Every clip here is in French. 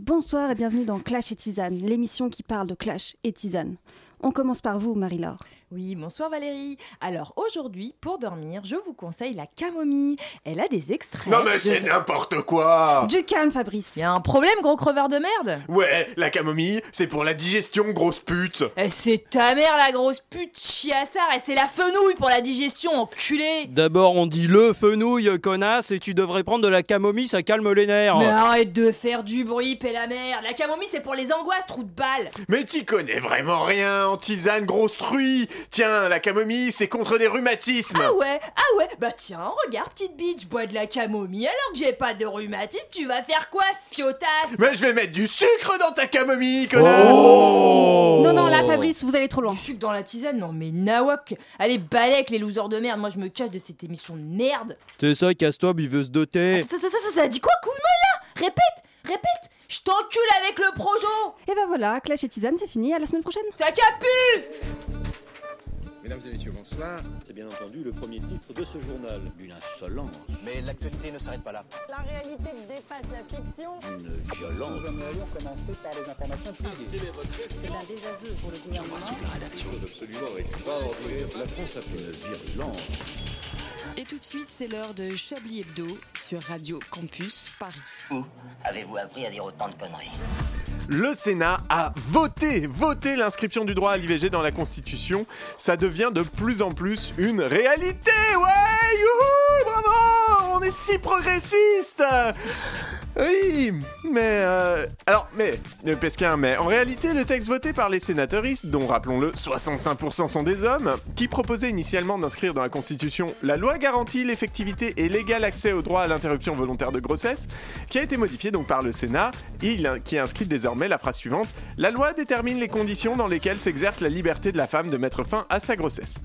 Bonsoir et bienvenue dans Clash et Tisane, l'émission qui parle de Clash et Tisane. On commence par vous, Marie-Laure. Oui, bonsoir Valérie. Alors aujourd'hui, pour dormir, je vous conseille la camomille. Elle a des extraits. Non mais c'est de- n'importe quoi Du calme, Fabrice. Y a un problème, gros creveur de merde Ouais, la camomille, c'est pour la digestion, grosse pute Eh, C'est ta mère, la grosse pute chiassard, et c'est la fenouille pour la digestion, enculé D'abord, on dit le fenouil, connasse, et tu devrais prendre de la camomille, ça calme les Oh. nerfs. Ah. Mais arrête de faire du bruit, paix la merde La camomille, c'est pour les angoisses, trou de balle Mais t'y connais vraiment rien en tisane, grosse truie Tiens, la camomille, c'est contre des rhumatismes Ah ouais, ah ouais, bah tiens, regarde, petite bitch, bois de la camomille alors que j'ai pas de rhumatisme, tu vas faire quoi, fiotasse Mais je vais mettre du sucre dans ta camomille, Oh connard Oh. Non, non, là, Fabrice, vous allez trop loin. Du sucre dans la tisane, non mais nawak Allez, balai avec les losers de merde, moi je me cache de cette émission de merde C'est ça, casse-toi, buveuse de thé. Attends, attends, attends, t'as dit quoi, couille là Répète, répète Je t'encule avec le projo Et ben voilà, Clash et Tisane, c'est fini. À la semaine prochaine. Ça capule Mesdames et messieurs, bonsoir. C'est bien entendu le premier titre de ce journal. Une insolence, Mais l'actualité ne s'arrête pas là. La réalité dépasse la fiction. une violence. Et tout de suite, c'est l'heure de Chablis Hebdo sur Radio Campus Paris. Où avez-vous appris à dire autant de conneries Le Sénat a voté, voté l'inscription du droit à l'IVG dans la Constitution. Ça devient de plus en plus une réalité. Ouais, youhou, bravo, on est si progressiste. Oui, mais euh, alors, mais euh, Pesquin, mais en réalité, le texte voté par les sénateuristes, dont rappelons-le, 65% sont des hommes, qui proposait initialement d'inscrire dans la Constitution la loi garantit l'effectivité et l'égal accès au droit à l'interruption volontaire de grossesse, qui a été modifié donc par le Sénat, il, qui inscrit désormais la phrase suivante La loi détermine les conditions dans lesquelles s'exerce la liberté de la femme de mettre fin à sa grossesse.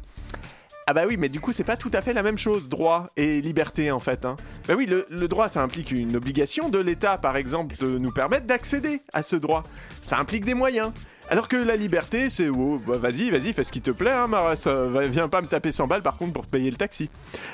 Ah bah oui, mais du coup c'est pas tout à fait la même chose, droit et liberté en fait. Hein. Bah oui, le, le droit ça implique une obligation de l'État par exemple de nous permettre d'accéder à ce droit. Ça implique des moyens. Alors que la liberté c'est oh, bah vas-y, vas-y, fais ce qui te plaît, hein, Maras, euh, va- viens pas me taper 100 balles par contre pour payer le taxi.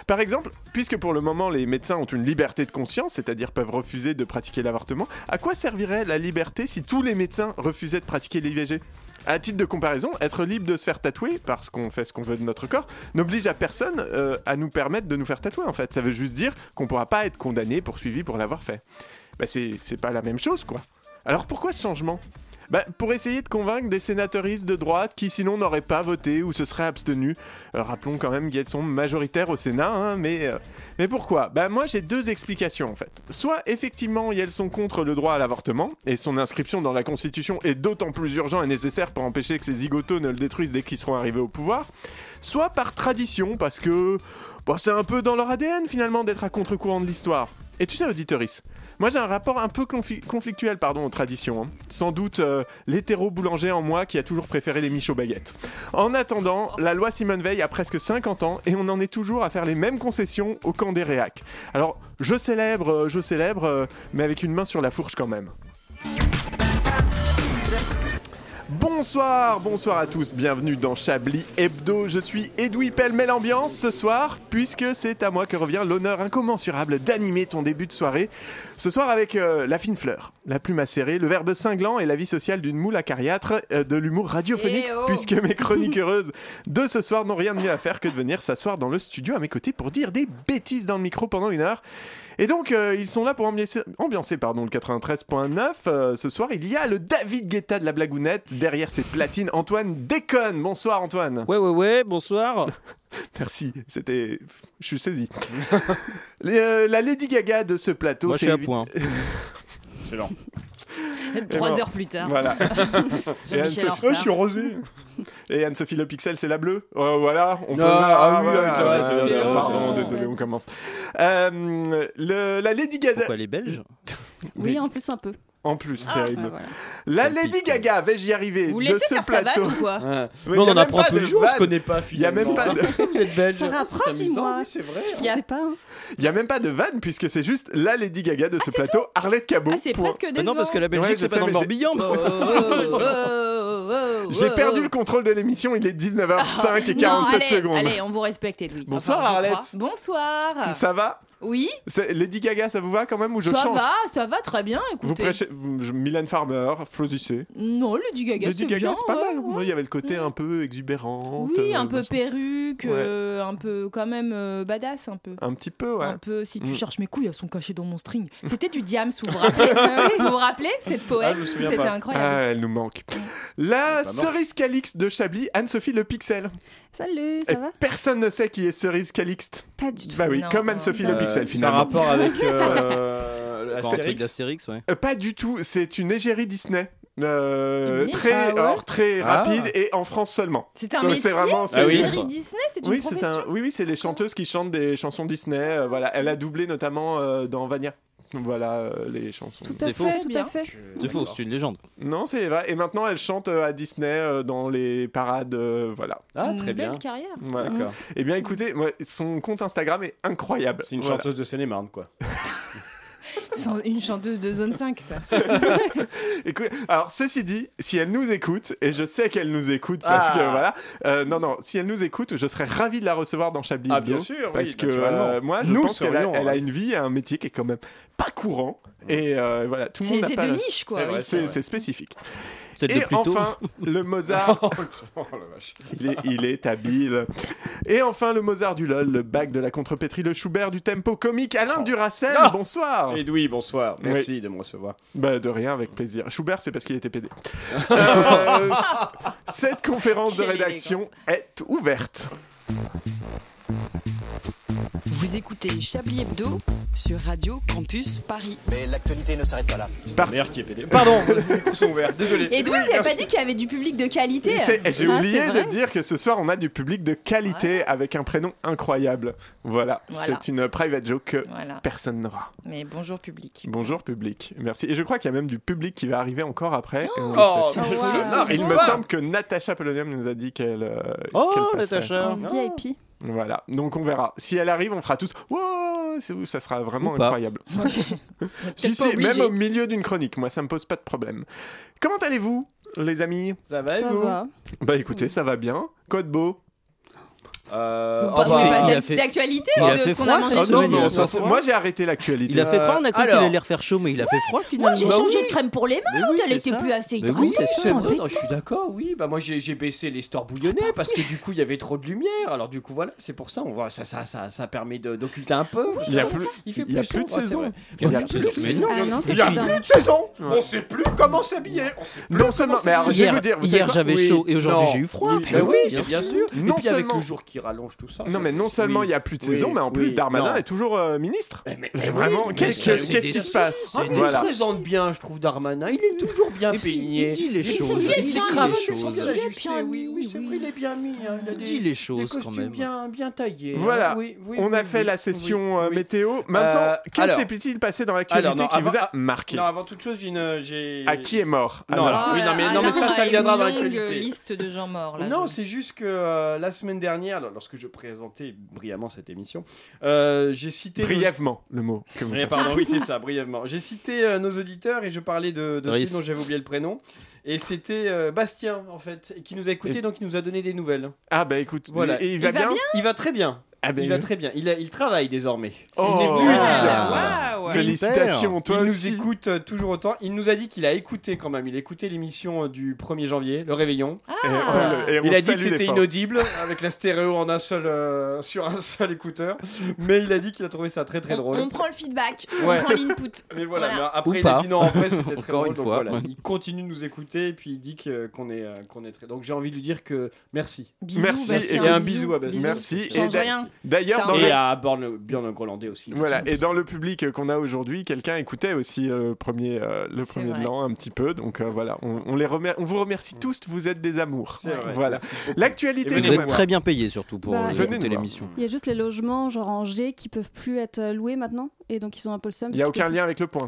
Par exemple, puisque pour le moment les médecins ont une liberté de conscience, c'est-à-dire peuvent refuser de pratiquer l'avortement, à quoi servirait la liberté si tous les médecins refusaient de pratiquer l'IVG à titre de comparaison, être libre de se faire tatouer parce qu'on fait ce qu'on veut de notre corps n'oblige à personne euh, à nous permettre de nous faire tatouer en fait. Ça veut juste dire qu'on pourra pas être condamné, poursuivi pour l'avoir fait. Bah c'est c'est pas la même chose quoi. Alors pourquoi ce changement bah, pour essayer de convaincre des sénateuristes de droite qui sinon n'auraient pas voté ou se seraient abstenus. Euh, rappelons quand même qu'elles sont majoritaires au Sénat, hein, mais, euh, mais pourquoi Bah moi j'ai deux explications en fait. Soit effectivement elles sont contre le droit à l'avortement, et son inscription dans la Constitution est d'autant plus urgent et nécessaire pour empêcher que ces zigotos ne le détruisent dès qu'ils seront arrivés au pouvoir, soit par tradition, parce que bah, c'est un peu dans leur ADN finalement d'être à contre-courant de l'histoire. Et tu sais, auditoris, moi j'ai un rapport un peu confi- conflictuel pardon, aux traditions. hein. Sans doute euh, l'hétéro-boulanger en moi qui a toujours préféré les miches aux baguettes. En attendant, la loi Simone Veil a presque 50 ans et on en est toujours à faire les mêmes concessions au camp des réacs. Alors, je célèbre, euh, je célèbre, euh, mais avec une main sur la fourche quand même. Bonsoir, bonsoir à tous, bienvenue dans Chablis Hebdo. Je suis Edoui Pellemel Ambiance ce soir, puisque c'est à moi que revient l'honneur incommensurable d'animer ton début de soirée. Ce soir avec euh, la fine fleur, la plume acérée, le verbe cinglant et la vie sociale d'une moule acariâtre euh, de l'humour radiophonique, Eh oh puisque mes chroniques heureuses de ce soir n'ont rien de mieux à faire que de venir s'asseoir dans le studio à mes côtés pour dire des bêtises dans le micro pendant une heure. Et donc, euh, ils sont là pour ambiancer, ambiancer, pardon, le 93.9. Euh, ce soir, il y a le David Guetta de la Blagounette. Derrière ses platines, Antoine déconne. Bonsoir, Antoine. Ouais, ouais, ouais, bonsoir. Merci, c'était. Je suis saisi. Les, euh, la Lady Gaga de ce plateau. Moi, c'est je suis à évi- point. Excellent. Trois bon. heures plus tard. Voilà. Et Jean-Michel en Anne-Sophie- Oh, retard. rosé. Et Anne-Sophie Le Pixel, c'est la bleue Oh, Voilà, on peut. Non, ah oui, voilà, ah oui, voilà, c'est vrai, c'est Ah, vrai, voilà, c'est vrai, Pardon, c'est vrai. désolé, on commence. Euh, le- la Lady Gaga. Pourquoi les Belges Oui, en plus, un peu. En plus, hein. Ah, terrible. Ah, voilà. La Tant pis, Lady tant Gaga, vais-je y arriver Vous De laissez ce faire sa plateau. vanne ou quoi Mais Non, y a on en même apprend pas tous les de jours, je vanne. connais pas Y a finalement. même pas de- Vous êtes belge. Ça rapproche, C'est amusant, dis-moi. oui, C'est vrai. Je sais pas. hein. Il n'y a même pas de vanne puisque c'est juste la Lady Gaga Ah, de ce plateau, Arlette Cabot. Ah, c'est Point. presque Bah décevant. non, parce que la Ouais, Belgique, je c'est sais, pas dans le mais Morbihan. Oh, oh, oh, oh, oh, J'ai oh, perdu oh. le contrôle de l'émission, il est 19h05 et Ah. Non, 47 allez, secondes. Allez, on vous respecte, Edoui. Bonsoir, je Arlette. crois. Bonsoir. Ça va Oui, C'est- Lady Gaga, ça vous va quand même ou je ça change va, ça va très bien, écoutez. Vous prêchez vous- je- Mylène Farmer, choisissez. Non, Lady Gaga, Lady c'est Gaga, bien, c'est pas ouais, mal. ouais. Mm. Moi, il y avait le côté un peu euh, exubérant. Oui, un peu perruque, Ouais. euh, un peu quand même euh, badass, un peu. Un petit peu, ouais. Un peu, si tu Mm. cherches mes couilles, elles sont cachées dans mon string. C'était du Diams, vous vous rappelez Vous vous rappelez cette Ah, poète je me souviens C'était pas. incroyable. Ah, elle nous manque. La Elle est pas morte. cerise Calixte de Chablis, Anne-Sophie Le Pixel. Salut, ça Et va Personne ne sait qui est cerise Calixte. Pas du tout. Eh, Bah oui, Non. comme Anne-Sophie Euh, Le Pixel C'est un finalement. rapport avec euh, Pas Bah, un truc Astérix. d'Astérix, ouais. Euh, pas du tout, c'est une égérie Disney. Euh, Une égérie très Ah ouais or, très Ah. rapide et en France seulement. C'est un Donc, métier c'est vraiment- C'est Ah oui. Jerry Disney, c'est une Oui, c'est profession un. Oui, oui, c'est les chanteuses qui chantent des chansons Disney. euh, voilà, elle a doublé notamment euh, dans Vania. Voilà euh, les chansons. Tout à fait, C'est faux. tout Bien. à fait. C'est faux, c'est une légende. Non, c'est vrai. Et maintenant, elle chante euh, à Disney euh, dans les parades. euh, voilà. Ah, Une Mm, très bien. belle carrière. Voilà. D'accord. Eh bien, écoutez, moi, son compte Instagram est incroyable. C'est une Voilà. chanteuse de Seine-et-Marne, quoi. Sans- Une chanteuse de zone 5. quoi. Écou- Alors, ceci dit, si elle nous écoute, et je sais qu'elle nous écoute parce Ah. que voilà, euh, non, non, si elle nous écoute, je serais ravi de la recevoir dans Chablis. Ah, Hebdo, bien sûr, oui, Parce que naturellement. euh, moi, je Nous hein. pense qu'elle a, serions, Mm. elle a ouais. une vie, un métier qui est quand même pas courant. Et euh, voilà, tout le monde C'est n'a c'est pas. de niche, quoi. C'est vrai. Oui. C'est c'est spécifique. C'est de Et plus tôt. enfin, le Mozart, Oh la vache. il est, il est habile. Et enfin, le Mozart du LOL, le bac de la contrepétrie, le Schubert du tempo comique, Alain Oh. Duracell, Non. bonsoir. Edoui, bonsoir. Merci de me recevoir. Bah, de rien, avec plaisir. Schubert, c'est parce qu'il était PD. Euh, cette conférence de Quelle rédaction est ouverte. Vous écoutez Chablis Hebdo sur Radio Campus Paris. Mais l'actualité ne s'arrête pas là. Parce- Merde qui est pédé. Pardon, les micros sont ouverts. Désolé. Et d'où vous avez pas Merci. dit qu'il y avait du public de qualité hein. C'est- J'ai Ah, oublié c'est de vrai. dire que ce soir, on a du public de qualité avec un prénom incroyable. Voilà, Voilà. c'est une private joke que Voilà. personne n'aura. Mais bonjour, public. Bonjour public, merci. Et je crois qu'il y a même du public qui va arriver encore après. Et on Oh, le fait. mais Oh, je wow. n'arrive Et il me pas. semble que Natacha Polonium nous a dit qu'elle. euh, Oh, qu'elle passerait. Natacha En VIP. Voilà, donc on verra. Si elle arrive, on fera tous. Wow, C'est- ça sera vraiment Ou pas. incroyable. si, pas si, obligé. même au milieu d'une chronique, moi ça me pose pas de problème. Comment allez-vous, les amis Ça va et ça vous va. Bah écoutez, ça va bien. Quoi de beau Euh, On oh, parle bah, pas il d'ac- a fait- d'actualité hein, il a de fait ce qu'on a froid, mangé ça, Ah ce non, non, semaine, mais on il a s'en fait fout. froid. Moi j'ai arrêté l'actualité. Il a fait croire, on a cru qu'il alors. allait refaire chaud, mais il a fait froid Moi, finalement. j'ai Bah changé oui. de crème pour les mains, Mais oui, elle c'est était ça. plus assez Mais oui, hydratée. c'est C'est sûr. vrai, non, je suis d'accord, oui. Bah moi j'ai j'ai baissé les stores bouillonnés parce que du coup il y avait trop de lumière. Alors du coup voilà, c'est pour ça. On voit ça, ça, ça, ça permet de- d'occulter un peu. Il y a Ça, plus- il fait il y a plus de sombre, Oh, c'est saison. vrai. Il y a Il y a plus plus de de saison. Mais non, Ah non, c'est il y a plus plus de saison. Ouais. On sait plus comment s'habiller. on sait plus Non seulement, mais alors, Ah, je vais Hier, vous dire, vous hier savez j'avais Oui, chaud et aujourd'hui non. j'ai eu froid. Oui, bah oui, bien bien sûr. Non et puis avec seulement- le jour qui rallonge tout ça. quoi ça- non mais non seulement il Oui. y a plus de Oui, saison, mais en plus oui, Darmanin non. est toujours euh, ministre. Eh, mais- C'est mais vraiment- oui, qu'est-ce mais que- c'est qu'est-ce des- qui se passe Ah, mais Voilà. Il se présente bien, je trouve Darmanin. Il est toujours bien Et puis, peigné. il dit les est choses, toujours il bien écrit mis, les il est toujours bien choses. Il ajusté, est bien oui, mis, oui, c'est oui. vrai, il est bien mis. hein, Il a Il des, dit les des choses quand costumes même. bien, bien taillés. hein. Voilà. Oui, oui, On oui, a oui, fait la oui, session euh, oui. météo. Maintenant, Euh, que alors- s'est-il passé dans Alors, l'actualité non, qui vous a avant- marqué Non, avant toute chose, j'ai une- j'ai. À qui est mort Non, Ah, Alors, alors, oui, non, mais, non, mais ça, ça viendra dans l'actualité. liste de gens morts, là. Non, je- c'est juste que euh, la semaine dernière, alors, lorsque je présentais brillamment cette émission, euh, j'ai cité. nos- brièvement le mot que vous Eh, cherchez. pardon, oui, c'est ça, brièvement. J'ai cité euh, nos auditeurs et je parlais de, de Brice. celui dont j'avais oublié le prénom. Et c'était euh, Bastien, en fait, qui nous a écouté, Et- donc il nous a donné des nouvelles. Ah bah écoute, Voilà. et il va va bien. Il va très bien. Ah bah, Il va très bien. Il, a- il travaille désormais. Oh. C'est plus Ah. Waouh. Félicitations, toi il aussi. nous écoute euh, toujours autant. Il nous a dit qu'il a écouté quand même. Il a écouté l'émission euh, du 1er janvier, le réveillon. Et on Ah. le- et Eh, on il a dit salue que c'était l'effort. inaudible avec la stéréo en un seul euh, sur un seul écouteur, mais il a dit qu'il a trouvé ça très très on, drôle. on prend le feedback, Ouais. on prend l'input. Mais voilà, Voilà. mais Ou après il pas. a dit non en vrai c'était très Encore drôle. une donc fois. voilà, il continue de nous écouter et puis il dit que- qu'on est euh, qu'on est très. Donc j'ai envie de lui dire que merci. Bisous, Merci, Et Bastien, bien, un bisou à Bastien. Merci, Je change et- rien. D'ailleurs, dans Et euh, le... à Bjorn Bjorn Grolandais aussi. Voilà, et dans le public euh, qu'on a aujourd'hui, quelqu'un écoutait aussi euh, le premier, euh, le C'est premier de vrai. l'an un petit peu. Donc euh, voilà, on, on les remer- on vous remercie tous, vous êtes des amours. C'est vrai. Voilà. Merci beaucoup. L'actualité Et Vous venez quand êtes nous même. très bien payé surtout pour Bah, euh, venez écouter nous voir. l'émission. Il y a juste les logements, genre en G, qui peuvent plus être euh, loués maintenant. Et donc, ils ont un peu le seum. Il n'y a parce qu'ils aucun peuvent- lien avec le point.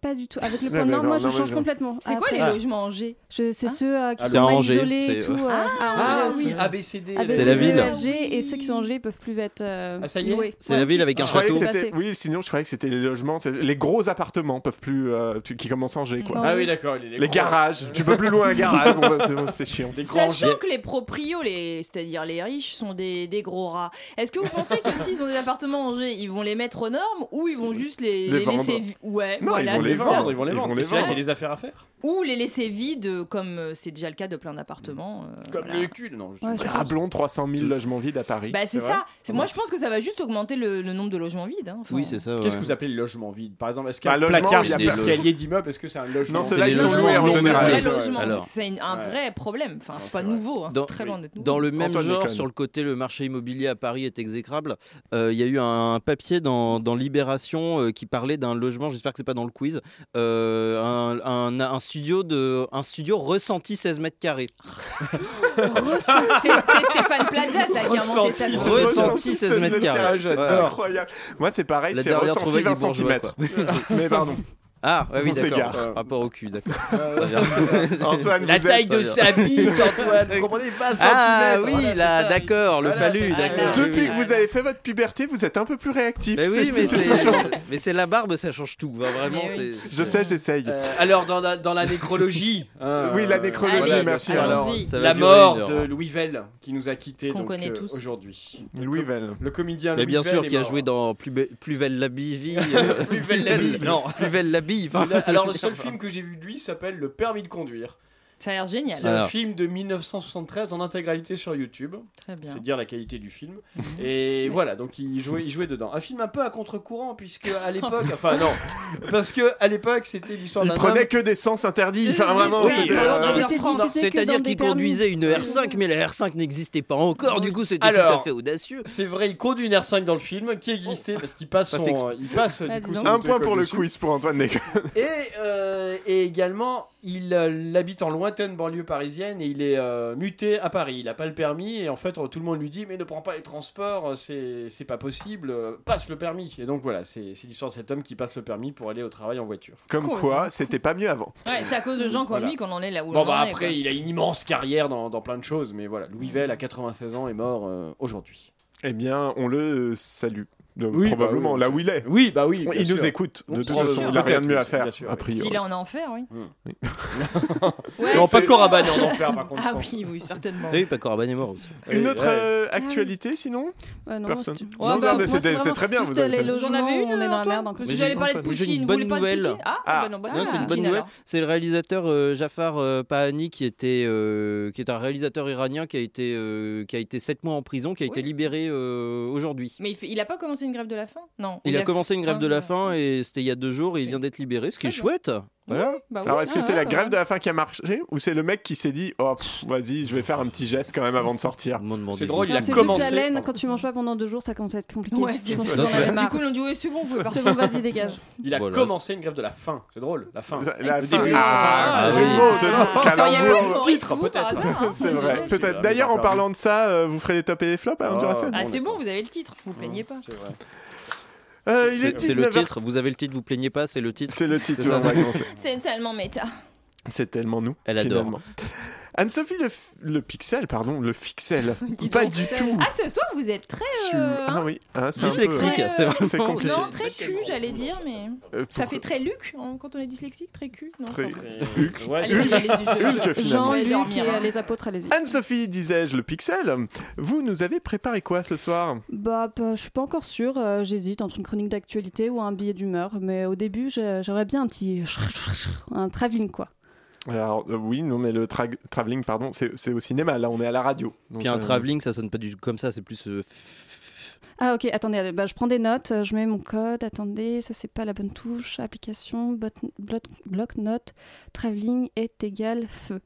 pas du tout. Avec le Ouais, point mais non, non, moi non, je mais change je- complètement. C'est quoi Après, euh, les Ah. logements en G je- C'est ceux euh, qui Ah, sont c'est à mal Angers, isolés et c'est- tout. euh, à Ah Angers oui, aussi. ABCD. Ah, bah, C'est la ville. EFG, et ceux qui sont en G peuvent plus être. euh, Ah, ça y est. loués. C'est la ville avec un Je croyais que château. Bah, c'était. euh, c'est- Oui, sinon je croyais que c'était les logements, c'est- les gros appartements peuvent plus, euh, tu- qui commencent en G quoi. Non. Ah oui, d'accord. Les, Les garages, tu peux plus louer un garage, bon, bah, c'est bon, c'est chiant. Les grands Sachant que les proprios, les... c'est-à-dire les riches, sont des, des gros rats. Est-ce que vous pensez que s'ils ont des appartements en G, ils vont les mettre aux normes ou ils vont juste les, Les les laisser vendre. vi- Ouais, Non, voilà, ils vont les c'est ça. vendre. ils vont les Ils vendre. vont Mais les C'est vrai vendre. qu'il y a des affaires à faire. Ou les laisser vides, comme euh, c'est déjà le cas de plein d'appartements. euh, Comme voilà. le cul. Non, je Ouais, je sais pas. pense. Rablon, 300 000 logements vides à Paris. Bah c'est C'est ça. vrai C'est- Moi je pense que ça va juste augmenter le, le nombre de logements vides. hein. Enfin, Oui, c'est ça. Qu'est-ce ouais. que vous appelez le logement vide Par exemple, est-ce qu'il y Un a un logement, placard, il y a est-ce personne. qu'il y a un escalier d'immeuble Est-ce que c'est un logement Non, c'est ceux-là les ils sont logements loués en Un non général. vrai Ouais, logement, alors. c'est une- un Ouais. vrai problème. Enfin, c'est c'est pas vrai. nouveau, hein, Dans- c'est très loin d'être nouveau. Dans le même Antoine genre, déconne. sur le côté le marché immobilier à Paris est exécrable, euh, il y a eu un papier dans, dans Libération euh, qui parlait d'un logement, j'espère que c'est pas dans le quiz, euh, un, un- un studio de, un studio ressenti 16 mètres carrés. Ressenti- C'est c'est Stéphane Plaza ça, qui a inventé ça. Ils c'est sont vrai. Ressenti, ressentis 16 16 mètres carrés. c'est Ouais. incroyable. Moi, c'est pareil, La c'est dernière ressenti trouvaille des 20 bourgeois, cm. Mais pardon, Ah, ouais, oui, On s'égare. d'accord. Rapport au cul, d'accord. Très bien. Euh, Antoine, La vous taille êtes- de sa bite, Antoine. Vous comprenez 20 Ah centimètres, oui, voilà, c'est là, ça. d'accord, le Voilà, fallu, c'est- ah, d'accord. là. oui, Depuis oui. que vous avez fait votre puberté, vous êtes un peu plus réactif. Mais oui, C'est- mais c'est c'est, touchant. mais c'est la barbe, ça change tout. Enfin, vraiment, Mais c'est- Je sais, j'essaye. Euh, alors, dans la, dans la nécrologie. hein, Oui, la euh, nécrologie, bien merci, sûr. alors. Alors, Ça va la durer une mort heure. de Louis Vell, qui nous a quittés Qu'on donc, connaît euh, tous. aujourd'hui. Louis Vell. Le comédien Mais Louis bien Vell sûr, est qui a mort. joué dans Plus, be- plus belle la bille. euh, Louis Vell l'a mis. Non. plus belle la bille. enfin. Il a- Alors, le seul film que j'ai vu de lui s'appelle Le permis de conduire. Ça a l'air génial. C'est un Alors. film de 1973 en intégralité sur YouTube. Très bien. C'est dire la qualité du film. Et voilà, donc il jouait, il jouait dedans. Un film un peu à contre-courant, puisque à l'époque. Enfin, non. Parce que à l'époque, c'était l'histoire Il d'un. prenait homme- que des sens interdits. Enfin, vraiment, Oui, c'était. alors, euh, dans- C'était diffusé que C'est-à-dire dans des qu'il permis. conduisait une R5, mais la R5 n'existait pas encore, du coup c'était tout Alors, à fait audacieux. C'est vrai, il conduit une R5 dans le film qui existait parce qu'il passe Ça son. fait exp- euh, Il passe du Ah, coup, dis donc. son Un point auto-école pour le dessus. quiz pour Antoine Descartes. Et, euh, et également, il euh, habite en lointaine banlieue parisienne et il est euh, muté à Paris. Il n'a pas le permis et en fait, euh, tout le monde lui dit Mais ne prends pas les transports, euh, c'est c'est pas possible, euh, passe le permis. Et donc voilà, c'est c'est l'histoire de cet homme qui passe le permis pour aller au travail en voiture. Comme Con, quoi, c'était pas mieux avant. Ouais, c'est à cause de gens comme Voilà. lui qu'on en est là où Bon, on bah en est, après, il a une immense carrière dans, dans plein de choses, mais voilà, Mm. Louis Vell à 96 ans est mort euh, aujourd'hui. Eh bien, on le euh, salue. Donc, Oui, bah probablement, oui. là où il est. Oui, bah oui. bien il nous sûr. écoute. Bon, De toute bien façon, sûr. il a rien de mieux à Peut-être, faire, bien sûr, a oui. quoi. priori. S'il est en enfer, oui. Ouais, Non, pas c'est- Corabane en enfer, par contre. je Ah pense. oui, oui, certainement. Oui, pas Corban est mort aussi. Une Ah Oui, autre ouais. euh, actualité, sinon Euh, non, Personne. moi, c'est- Non, bah, non, mais moi, c'était- c'est c'est très bien. Juste Vous avez les fait. logements, J'en avais une, on est dans la Antoine merde. en plus. Parce que Mais j'allais j'ai- parler de Antoine, j'ai Poutine. une vous bonne voulez pas de nouvelle. Poutine Ah, Ah. bah non, bah, Non, c'est c'est une Poutine, bonne nouvelle. alors. C'est le réalisateur euh, Jafar euh, Pahani qui était, euh, qui est un réalisateur iranien qui a été, euh, qui a été 7 mois en prison, qui a été Oui. libéré euh, aujourd'hui. Mais il, fait- il a pas commencé une grève de la faim Non. Il, a, commencé une grève Ah, de la voilà. faim et c'était il y a deux jours et il vient d'être libéré, ce qui est Très bien. chouette. Voilà. Ouais, bah oui. Alors, est-ce que Ah, c'est ouais, la bah grève ouais. de la faim qui a marché ou c'est le mec qui s'est dit Oh, pff, vas-y, je vais faire un petit geste quand même avant de sortir Ils m'ont demandé. C'est drôle, il Non, a c'est juste commencé. la laine, pardon. quand tu manges pas pendant deux jours, ça commence à être compliqué. Ouais, c'est Je pense ça. que j'en avais Du marre. coup, ils ont dit ouais, c'est bon, vous C'est partez. bon, vas-y, dégage. Il a Voilà. commencé une grève de la faim. C'est drôle, la faim. La- Le début. Ah, Ah, c'est joli ouais. mot, c'est Ah, il joli. y avait Calembour. même Maurice Titre, Vous, peut-être. par hasard, hein. C'est vrai, Je suis peut-être. là, D'ailleurs, j'ai en encore parlant de ça, euh, vous ferez des top et des flops avant Oh. Duracell Ah, c'est bon, vous avez le titre. Vous plaignez pas. C'est vrai. Euh, Il est Ah, C'est c'est le 19h. titre, vous avez le titre, vous plaignez pas, c'est le titre. C'est le titre, C'est ça. on va commencer. C'est tellement méta. C'est tellement nous. Elle adore. finalement. Anne-Sophie le, f- le Pixel, pardon, le Pixel. Pas du tout. Ah, ce soir, vous êtes très. Je suis- euh, Ah oui, hein, c'est un peu- Dyslexique, Ouais, c'est euh, C'est vraiment. compliqué. Non, très cul, j'allais dire, mais. Euh, Ça pour- fait très Luc hein, quand on est dyslexique, très cul. Non, Très- pardon. Hulk. Ouais, Allez-y, c'est- allez-y, je- je- Hulk, finalement. je vais Jean-Luc dormir, et hein. euh, les apôtres, allez-y. Anne-Sophie, disais-je, le Pixel, vous nous avez préparé quoi ce soir Bah, bah, je suis pas encore sûre. euh, J'hésite entre une chronique d'actualité ou un billet d'humeur. Mais au début, j'ai- j'aimerais bien un petit. Un travelling, quoi. Alors euh, oui, non mais le trag- travelling, pardon, c'est c'est au cinéma, là on est à la radio. Donc, Puis un euh, travelling, ça sonne pas du tout comme ça, c'est plus. euh, Ah, ok, attendez, allez, bah, je prends des notes. euh, Je mets mon code. Attendez, ça, c'est pas la bonne touche. Application, bot- bloc, bloc note. Travelling est égal feu.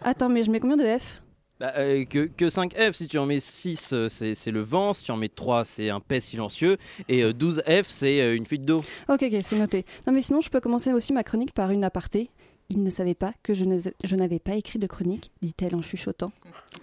Attends, mais je mets combien de F Bah, euh, que, que 5F, si tu en mets 6, euh, c'est c'est le vent, si tu en mets 3, c'est un paix silencieux, et euh, 12F, c'est euh, une fuite d'eau. Ok, ok, c'est noté. Non, mais sinon, je peux commencer aussi ma chronique par une aparté. Il ne savait pas que je n'ai- je n'avais pas écrit de chronique, dit-elle en chuchotant.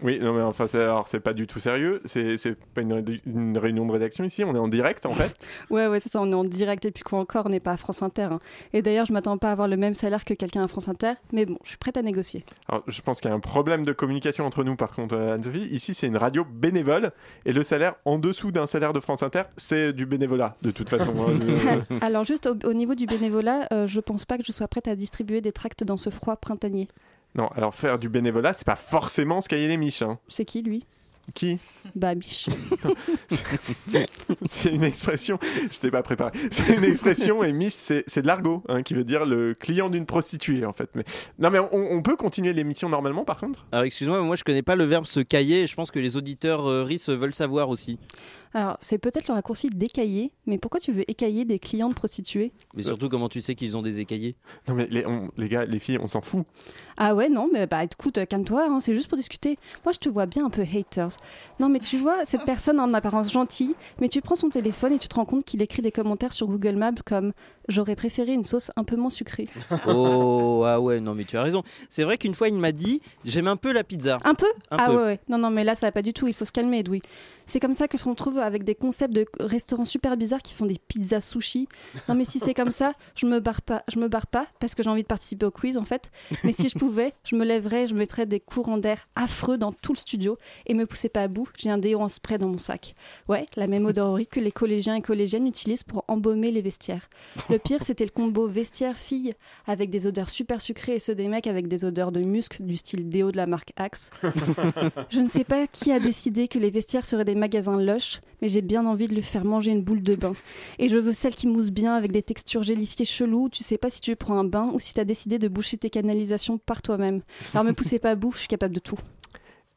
Oui, non mais enfin, c'est- alors c'est pas du tout sérieux. C'est c'est pas une, rédu- une réunion de rédaction ici. On est en direct en fait. Ouais, ouais, c'est ça, on est en direct et puis quoi encore, on n'est pas à France Inter. hein. Et d'ailleurs, je m'attends pas à avoir le même salaire que quelqu'un à France Inter, mais bon, je suis prête à négocier. Alors, je pense qu'il y a un problème de communication entre nous par contre, euh, Anne-Sophie. Ici, c'est une radio bénévole et le salaire en dessous d'un salaire de France Inter, c'est du bénévolat de toute façon. hein. Je- Alors juste au, au niveau du bénévolat, euh, je pense pas que je sois prête à distribuer des tracts dans ce froid printanier. non, alors faire du bénévolat, c'est pas forcément ce qu'aillent les miches. hein. C'est qui lui Qui Bah Mich. C'est une expression, je t'ai pas préparé. C'est une expression, et Mich, c'est c'est de l'argot, hein, qui veut dire le client d'une prostituée, en fait. Mais, non, mais on, on peut continuer l'émission normalement, par contre Alors excuse-moi, mais moi je connais pas le verbe se cailler et je pense que les auditeurs euh, RIS veulent savoir aussi. Alors c'est peut-être le raccourci d'écailler, mais pourquoi tu veux écailler des clientes prostituées Mais surtout, comment tu sais qu'ils ont des écaillés Non, mais les, on- les gars, les filles, on s'en fout. Ah ouais, non, mais bah écoute, euh, calme-toi, hein, c'est juste pour discuter. Moi, je te vois bien un peu haters. Non, mais tu vois, cette personne en apparence gentille, mais tu prends son téléphone et tu te rends compte qu'il écrit des commentaires sur Google Maps comme J'aurais préféré une sauce un peu moins sucrée. Oh, ah ouais, non, mais tu as raison. C'est vrai qu'une fois, il m'a dit J'aime un peu la pizza. Un peu Un Ah peu. ouais, ouais. Non, non, mais là, ça va pas du tout, il faut se calmer, Edoui. C'est comme ça que on trouve avec des concepts de restaurants super bizarres qui font des pizzas sushi. Non, mais si c'est comme ça, je me barre pas, je me barre pas parce que j'ai envie de participer au quiz en fait. Mais si je pouvais, je me lèverais, je mettrais des courants d'air affreux dans tout le studio et me poussez pas à bout, j'ai un déo en spray dans mon sac. Ouais, la même odeur horrible que les collégiens et collégiennes utilisent pour embaumer les vestiaires. Le pire, c'était le combo vestiaire-fille avec des odeurs super sucrées et ceux des mecs avec des odeurs de musc du style déo de la marque Axe. Je ne sais pas qui a décidé que les vestiaires seraient des magasins lush, mais j'ai bien envie de lui faire manger une boule de bain. Et je veux celle qui mousse bien avec des textures gélifiées cheloues. où Tu sais pas si tu prends un bain ou si t'as décidé de boucher tes canalisations par toi-même. Alors me poussez pas à bout, je suis capable de tout.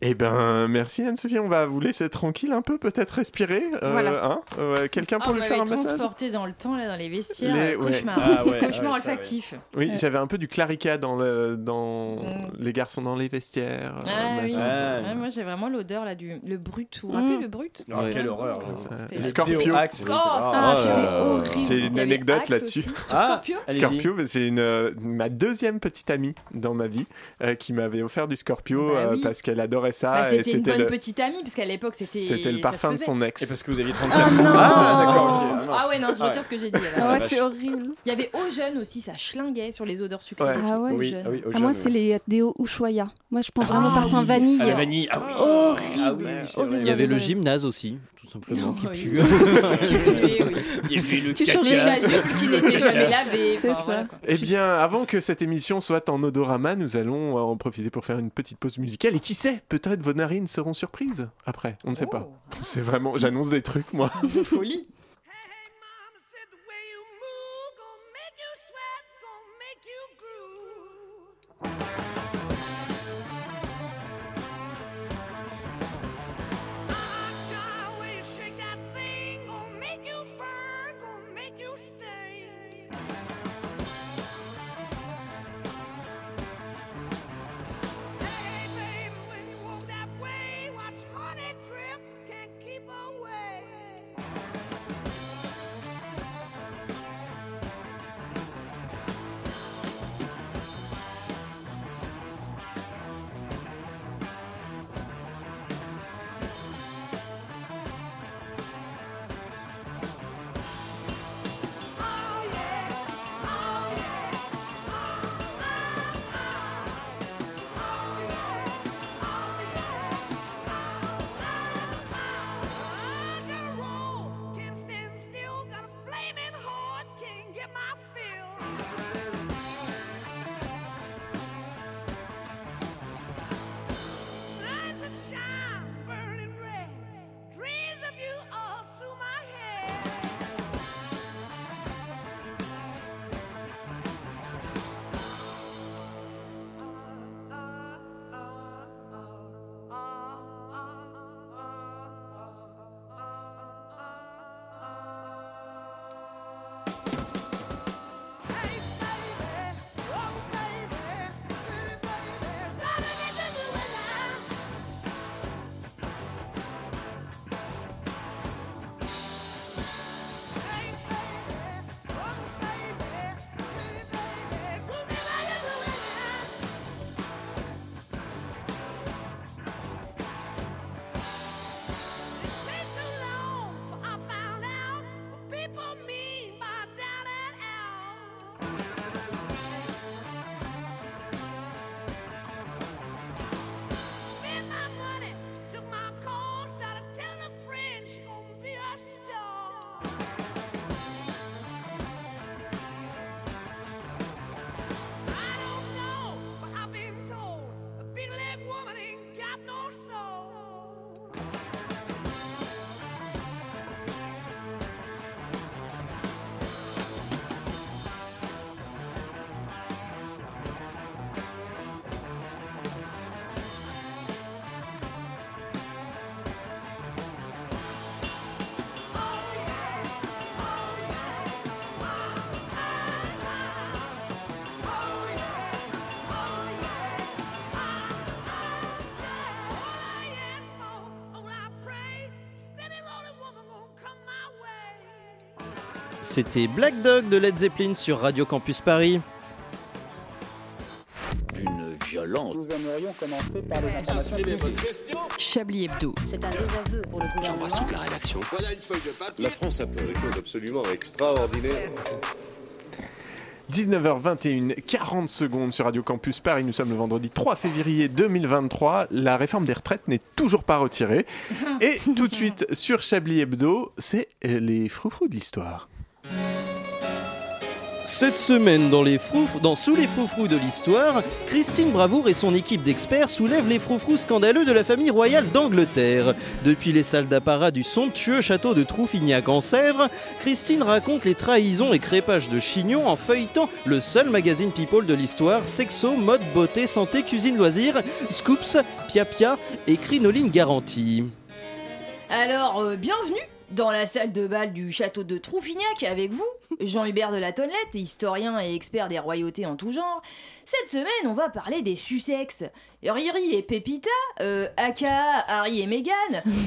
Eh ben, merci Anne-Sophie, on va vous laisser tranquille un peu, peut-être respirer. euh, Voilà. hein Euh, Quelqu'un Ah, pour on lui m'avait faire un massage transporté dans le temps, là, dans les vestiaires. Les- euh, ouais. Cauchemar. Ah ouais, Cauchemar ouais, ça, olfactif. Oui, Ouais. j'avais un peu du clarica dans, le, dans Mm. les garçons dans les vestiaires. euh, Ah oui. machin. Ouais, moi j'ai vraiment l'odeur là du le brut. Vous vous Mm. rappelez le brut Ah, Ouais. Quelle horreur. Ouais, ça- C'était- Le Scorpio. Axe. Oh, Ah, là c'était là. horrible. J'ai Il une y avait anecdote Axe là-dessus. aussi. Sur Bah, Ah. Scorpio Allez-y. Scorpio, ben, c'est une, euh, ma deuxième petite amie dans ma vie euh, qui m'avait offert du Scorpio Bah euh, oui. parce qu'elle adorait Bah, ça. Ah, et c'était une c'était bonne le, petite amie, parce qu'à l'époque c'était. c'était ça le se parfum de faisait. son Et ex. parce que vous aviez 34 Ah non Ah, d'accord, ok. Ah, mince. Ah ouais, non, je Ah retire ce que j'ai dit. alors. Ah la ouais, vache. c'est horrible. Il y avait au jeune aussi, ça schlinguait sur les odeurs sucrées. Ouais. des Ah filles. ouais. Oui, Eugène. ah oui, Ah, moi, Eugène, c'est oui. les déos Ushuaïa. Moi, je pense vraiment Ah parfum oui, c'est vanille. Ah, la vanille. Ah oui. Horrible. Ah oui, c'est horrible. vrai. Il y avait le horrible. gymnase aussi, tout simplement, qui Oui. pue. Oui, oui. Il y avait le Tu caca. changeais Les chaque- chasubles qui n'étaient jamais lavés. C'est enfin, ça. voilà, quoi. Eh bien, avant que cette émission soit en odorama, nous allons euh, en profiter pour faire une petite pause musicale. Et qui sait, peut-être vos narines seront surprises après. On ne sait pas. C'est vraiment, j'annonce des trucs moi. Oh, de folie. Uh, Watch honey drip, can't keep away. C'était Black Dog de Led Zeppelin sur Radio Campus Paris. D'une violence. Nous aimerions commencer par les informations Chablis Hebdo. C'est un désaveu pour le gouvernement. J'embrasse toute la rédaction. Voilà une feuille de papier. La France a fait des choses absolument extraordinaires. 19h21, 40 secondes sur Radio Campus Paris. Nous sommes le vendredi 3 février 2023. La réforme des retraites n'est toujours pas retirée. Et tout de suite, sur Chablis Hebdo, c'est euh, les froufrous de l'histoire. Cette semaine, dans, les froufrous- dans Sous les froufrous de l'histoire, Christine Bravour et son équipe d'experts soulèvent les froufrous scandaleux de la famille royale d'Angleterre. Depuis les salles d'apparat du somptueux château de Troufignac en Sèvres, Christine raconte les trahisons et crépages de Chignon en feuilletant le seul magazine People de l'histoire, sexo, mode, beauté, santé, cuisine, loisirs, scoops, pia pia et crinoline garantie. Alors, euh, bienvenue dans la salle de bal du château de Troufignac avec vous, Jean-Hubert de la Tonnelette, historien et expert des royautés en tout genre. Cette semaine, on va parler des Sussex. Riri et Pépita, euh, aka Harry et Meghan,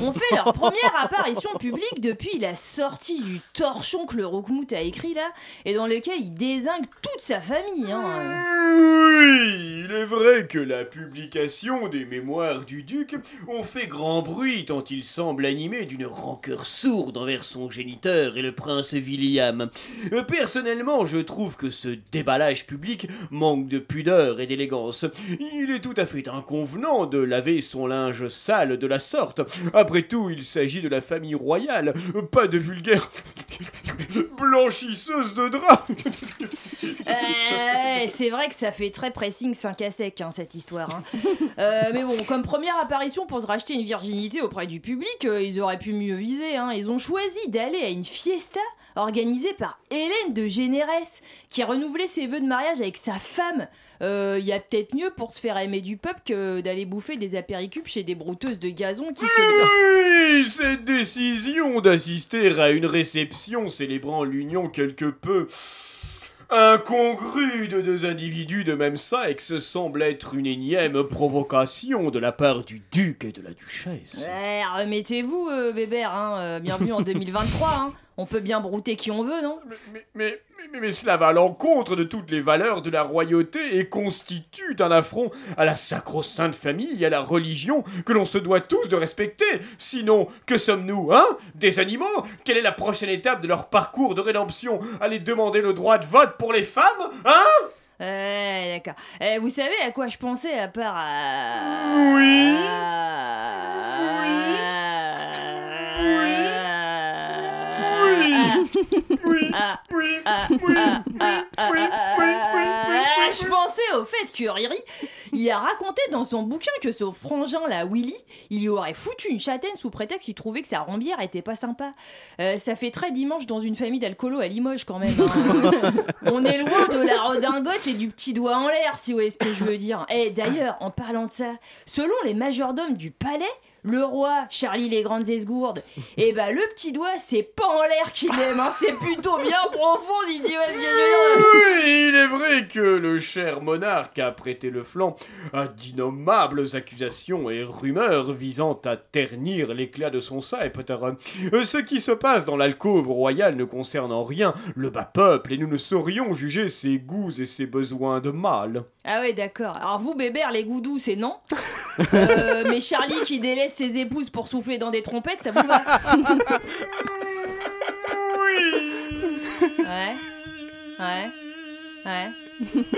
ont fait leur première apparition publique depuis la sortie du torchon que le Rockmout a écrit là, et dans lequel il désingue toute sa famille. hein. Oui, il est vrai que la publication des mémoires du duc ont fait grand bruit tant il semble animé d'une rancœur sourde envers son géniteur et le prince William. Euh, Personnellement, je trouve que ce déballage public manque de pudeur et d'élégance. Il est tout à fait inconvenant de laver son linge sale de la sorte. Après tout, il s'agit de la famille royale, pas de vulgaire blanchisseuse de drap. Euh, c'est vrai que ça fait très pressing 5 à sec hein, cette histoire. hein. Euh, mais bon, comme première apparition pour se racheter une virginité auprès du public, euh, ils auraient pu mieux viser. hein. Ils ont choisi d'aller à une fiesta organisée par Hélène de Généresse, qui a renouvelé ses vœux de mariage avec sa femme. Euh, Il y a peut-être mieux pour se faire aimer du peuple que d'aller bouffer des apéricubes chez des brouteuses de gazon qui se... Ah Oui, cette décision d'assister à une réception célébrant l'union quelque peu incongrue de deux individus de même sexe semble être une énième provocation de la part du duc et de la duchesse. Ouais, remettez-vous, euh, Bébert, hein, euh, bienvenue en 2023. hein. On peut bien brouter qui on veut, non Mais, mais, mais, mais cela va à l'encontre de toutes les valeurs de la royauté et constitue un affront à la sacro-sainte famille et à la religion que l'on se doit tous de respecter. Sinon, que sommes-nous, hein Des animaux Quelle est la prochaine étape de leur parcours de rédemption Aller demander le droit de vote pour les femmes, hein Ouais, d'accord. Eh, vous savez à quoi je pensais à part à. Oui. Oui. Oui. Oui. ah, Je pensais au fait que Riri, il a raconté dans son bouquin que son frangin, la Willy, il lui aurait foutu une châtaigne sous prétexte qu'il trouvait que sa rombière était pas sympa. Euh, ça fait très dimanche dans une famille d'alcoolos à Limoges quand même. hein. On est loin de la redingote et du petit doigt en l'air, si vous voyez ce que je veux dire. Et d'ailleurs, en parlant de ça, selon les majordomes du palais, le roi, Charlie les grandes esgourdes, et bah le petit doigt, c'est pas en l'air qu'il aime, hein, c'est plutôt bien profond, il dit ouais, ce que je veux dire. Oui, il est vrai que le cher monarque a prêté le flanc à d'innommables accusations et rumeurs visant à ternir l'éclat de son sceptre. Euh, Ce qui se passe dans l'alcôve royale ne concerne en rien le bas peuple et nous ne saurions juger ses goûts et ses besoins de mâle. Ah ouais, d'accord. Alors vous, Bébert, les goudous, c'est non. Euh, mais Charlie qui délaisse ses épouses pour souffler dans des trompettes, ça vous va Ouais. Ouais. Ouais.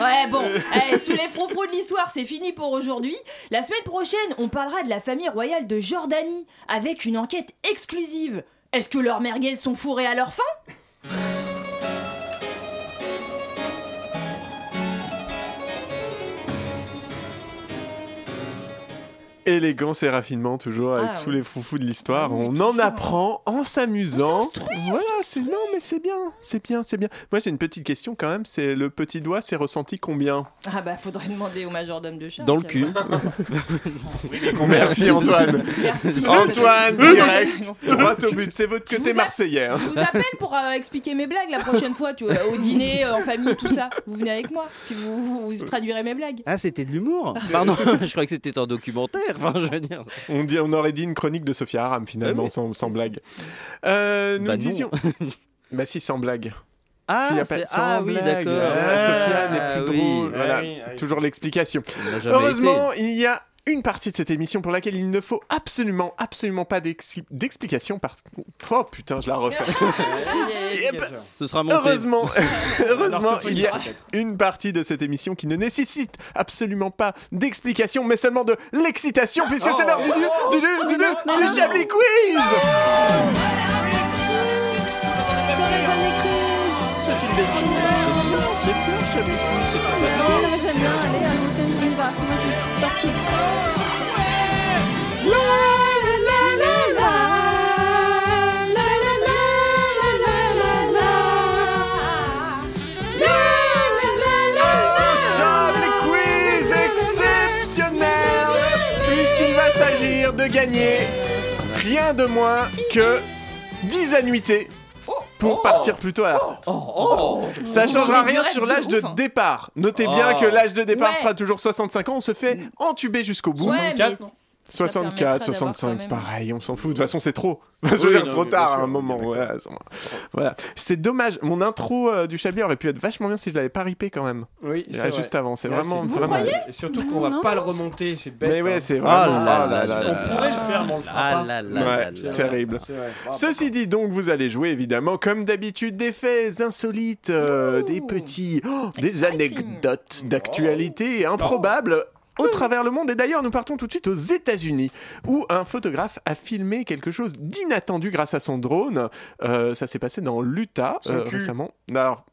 Ouais, bon, allez, sous les froufrous de l'histoire, c'est fini pour aujourd'hui. La semaine prochaine, on parlera de la famille royale de Jordanie, avec une enquête exclusive. Est-ce que leurs merguez sont fourrées à leur faim Élégance et raffinement, toujours avec Ah, Sous ouais. les froufrous de l'histoire. Ah on en apprend en s'amusant. Voilà, c'est non, mais c'est bien, c'est bien, c'est bien. Moi, j'ai une petite question quand même. C'est le petit doigt, c'est ressenti combien Ah bah, faudrait demander au majordome de Charles. Dans le cul. Merci. Merci Antoine. Merci. Antoine, Merci. direct, droit au but. C'est votre côté marseillais. hein. Je vous appelle pour euh, expliquer mes blagues la prochaine fois, tu vois, au dîner, euh, en famille, tout ça. Vous venez avec moi, puis vous, vous- vous traduirez mes blagues. Ah, c'était de l'humour Pardon, je croyais que c'était un documentaire. Enfin, je veux dire. On, dit, on aurait dit une chronique de Sophia Aram finalement, sans, sans blague. Euh, nous Ah Bah non. disions. Bah si, sans blague. Ah, S'il y a c'est- pas- sans ah oui, blague. d'accord. Ah, Sophia Ah, n'est plus oui. drôle. Ah, voilà, oui, ah, oui. toujours l'explication. n'a jamais Heureusement, il y a une partie de cette émission pour laquelle il ne faut absolument, absolument pas d'ex- d'explication. Parce... que- Oh putain, je la refais. Ah, Ce sera monté. Heureusement, heureusement il y a orthophoniste, une partie de cette émission qui ne nécessite absolument pas d'explication, mais seulement de l'excitation, puisque Oh. c'est l'heure du du du du du, du, du Chablis Quiz. C'est une belle chose. C'est bien, Chablis Quiz. C'est pas mal. j'aime bien. Allez, allons-y, on y va. C'est parti. Chablis Quiz exceptionnel puisqu'il va s'agir de gagner rien de moins que 10 annuités Oh. pour partir plus tôt à la retraite. Ça changera Mais du rien reste sur oh. de l'âge de ouf, hein. départ. Notez Oh. bien que l'âge de départ Ouais. Mm. sera toujours 65 ans. On se fait entuber jusqu'au bout. Ouais, mais 64, non ça 64, permettra d'avoir 65, quand c'est même- pareil, on s'en fout. De toute façon, c'est trop. Je veux Oui, dire, non, c'est trop mais tard bien à un sûr, moment. Voilà. Voilà. C'est dommage. Mon intro euh, du Chablis aurait pu être vachement bien si je l'avais pas ripé quand même. Oui, Là, Ah, juste avant. C'est vraiment. vraiment- Et surtout qu'on va pas le remonter, c'est bête. mais ouais, hein. c'est vraiment. Ah là ah là là là là On pourrait le faire, mais on le fera Ah pas. là Ouais, là c'est là vrai. terrible. C'est vrai. Ceci dit, donc, vous allez jouer évidemment, comme d'habitude, des faits insolites, euh, des petits, oh, des anecdotes d'actualité Oh. improbables. Au travers le monde, et d'ailleurs, nous partons tout de suite aux États-Unis, où un photographe a filmé quelque chose d'inattendu grâce à son drone. Euh, ça s'est passé dans l'Utah euh, Son cul. récemment. Alors,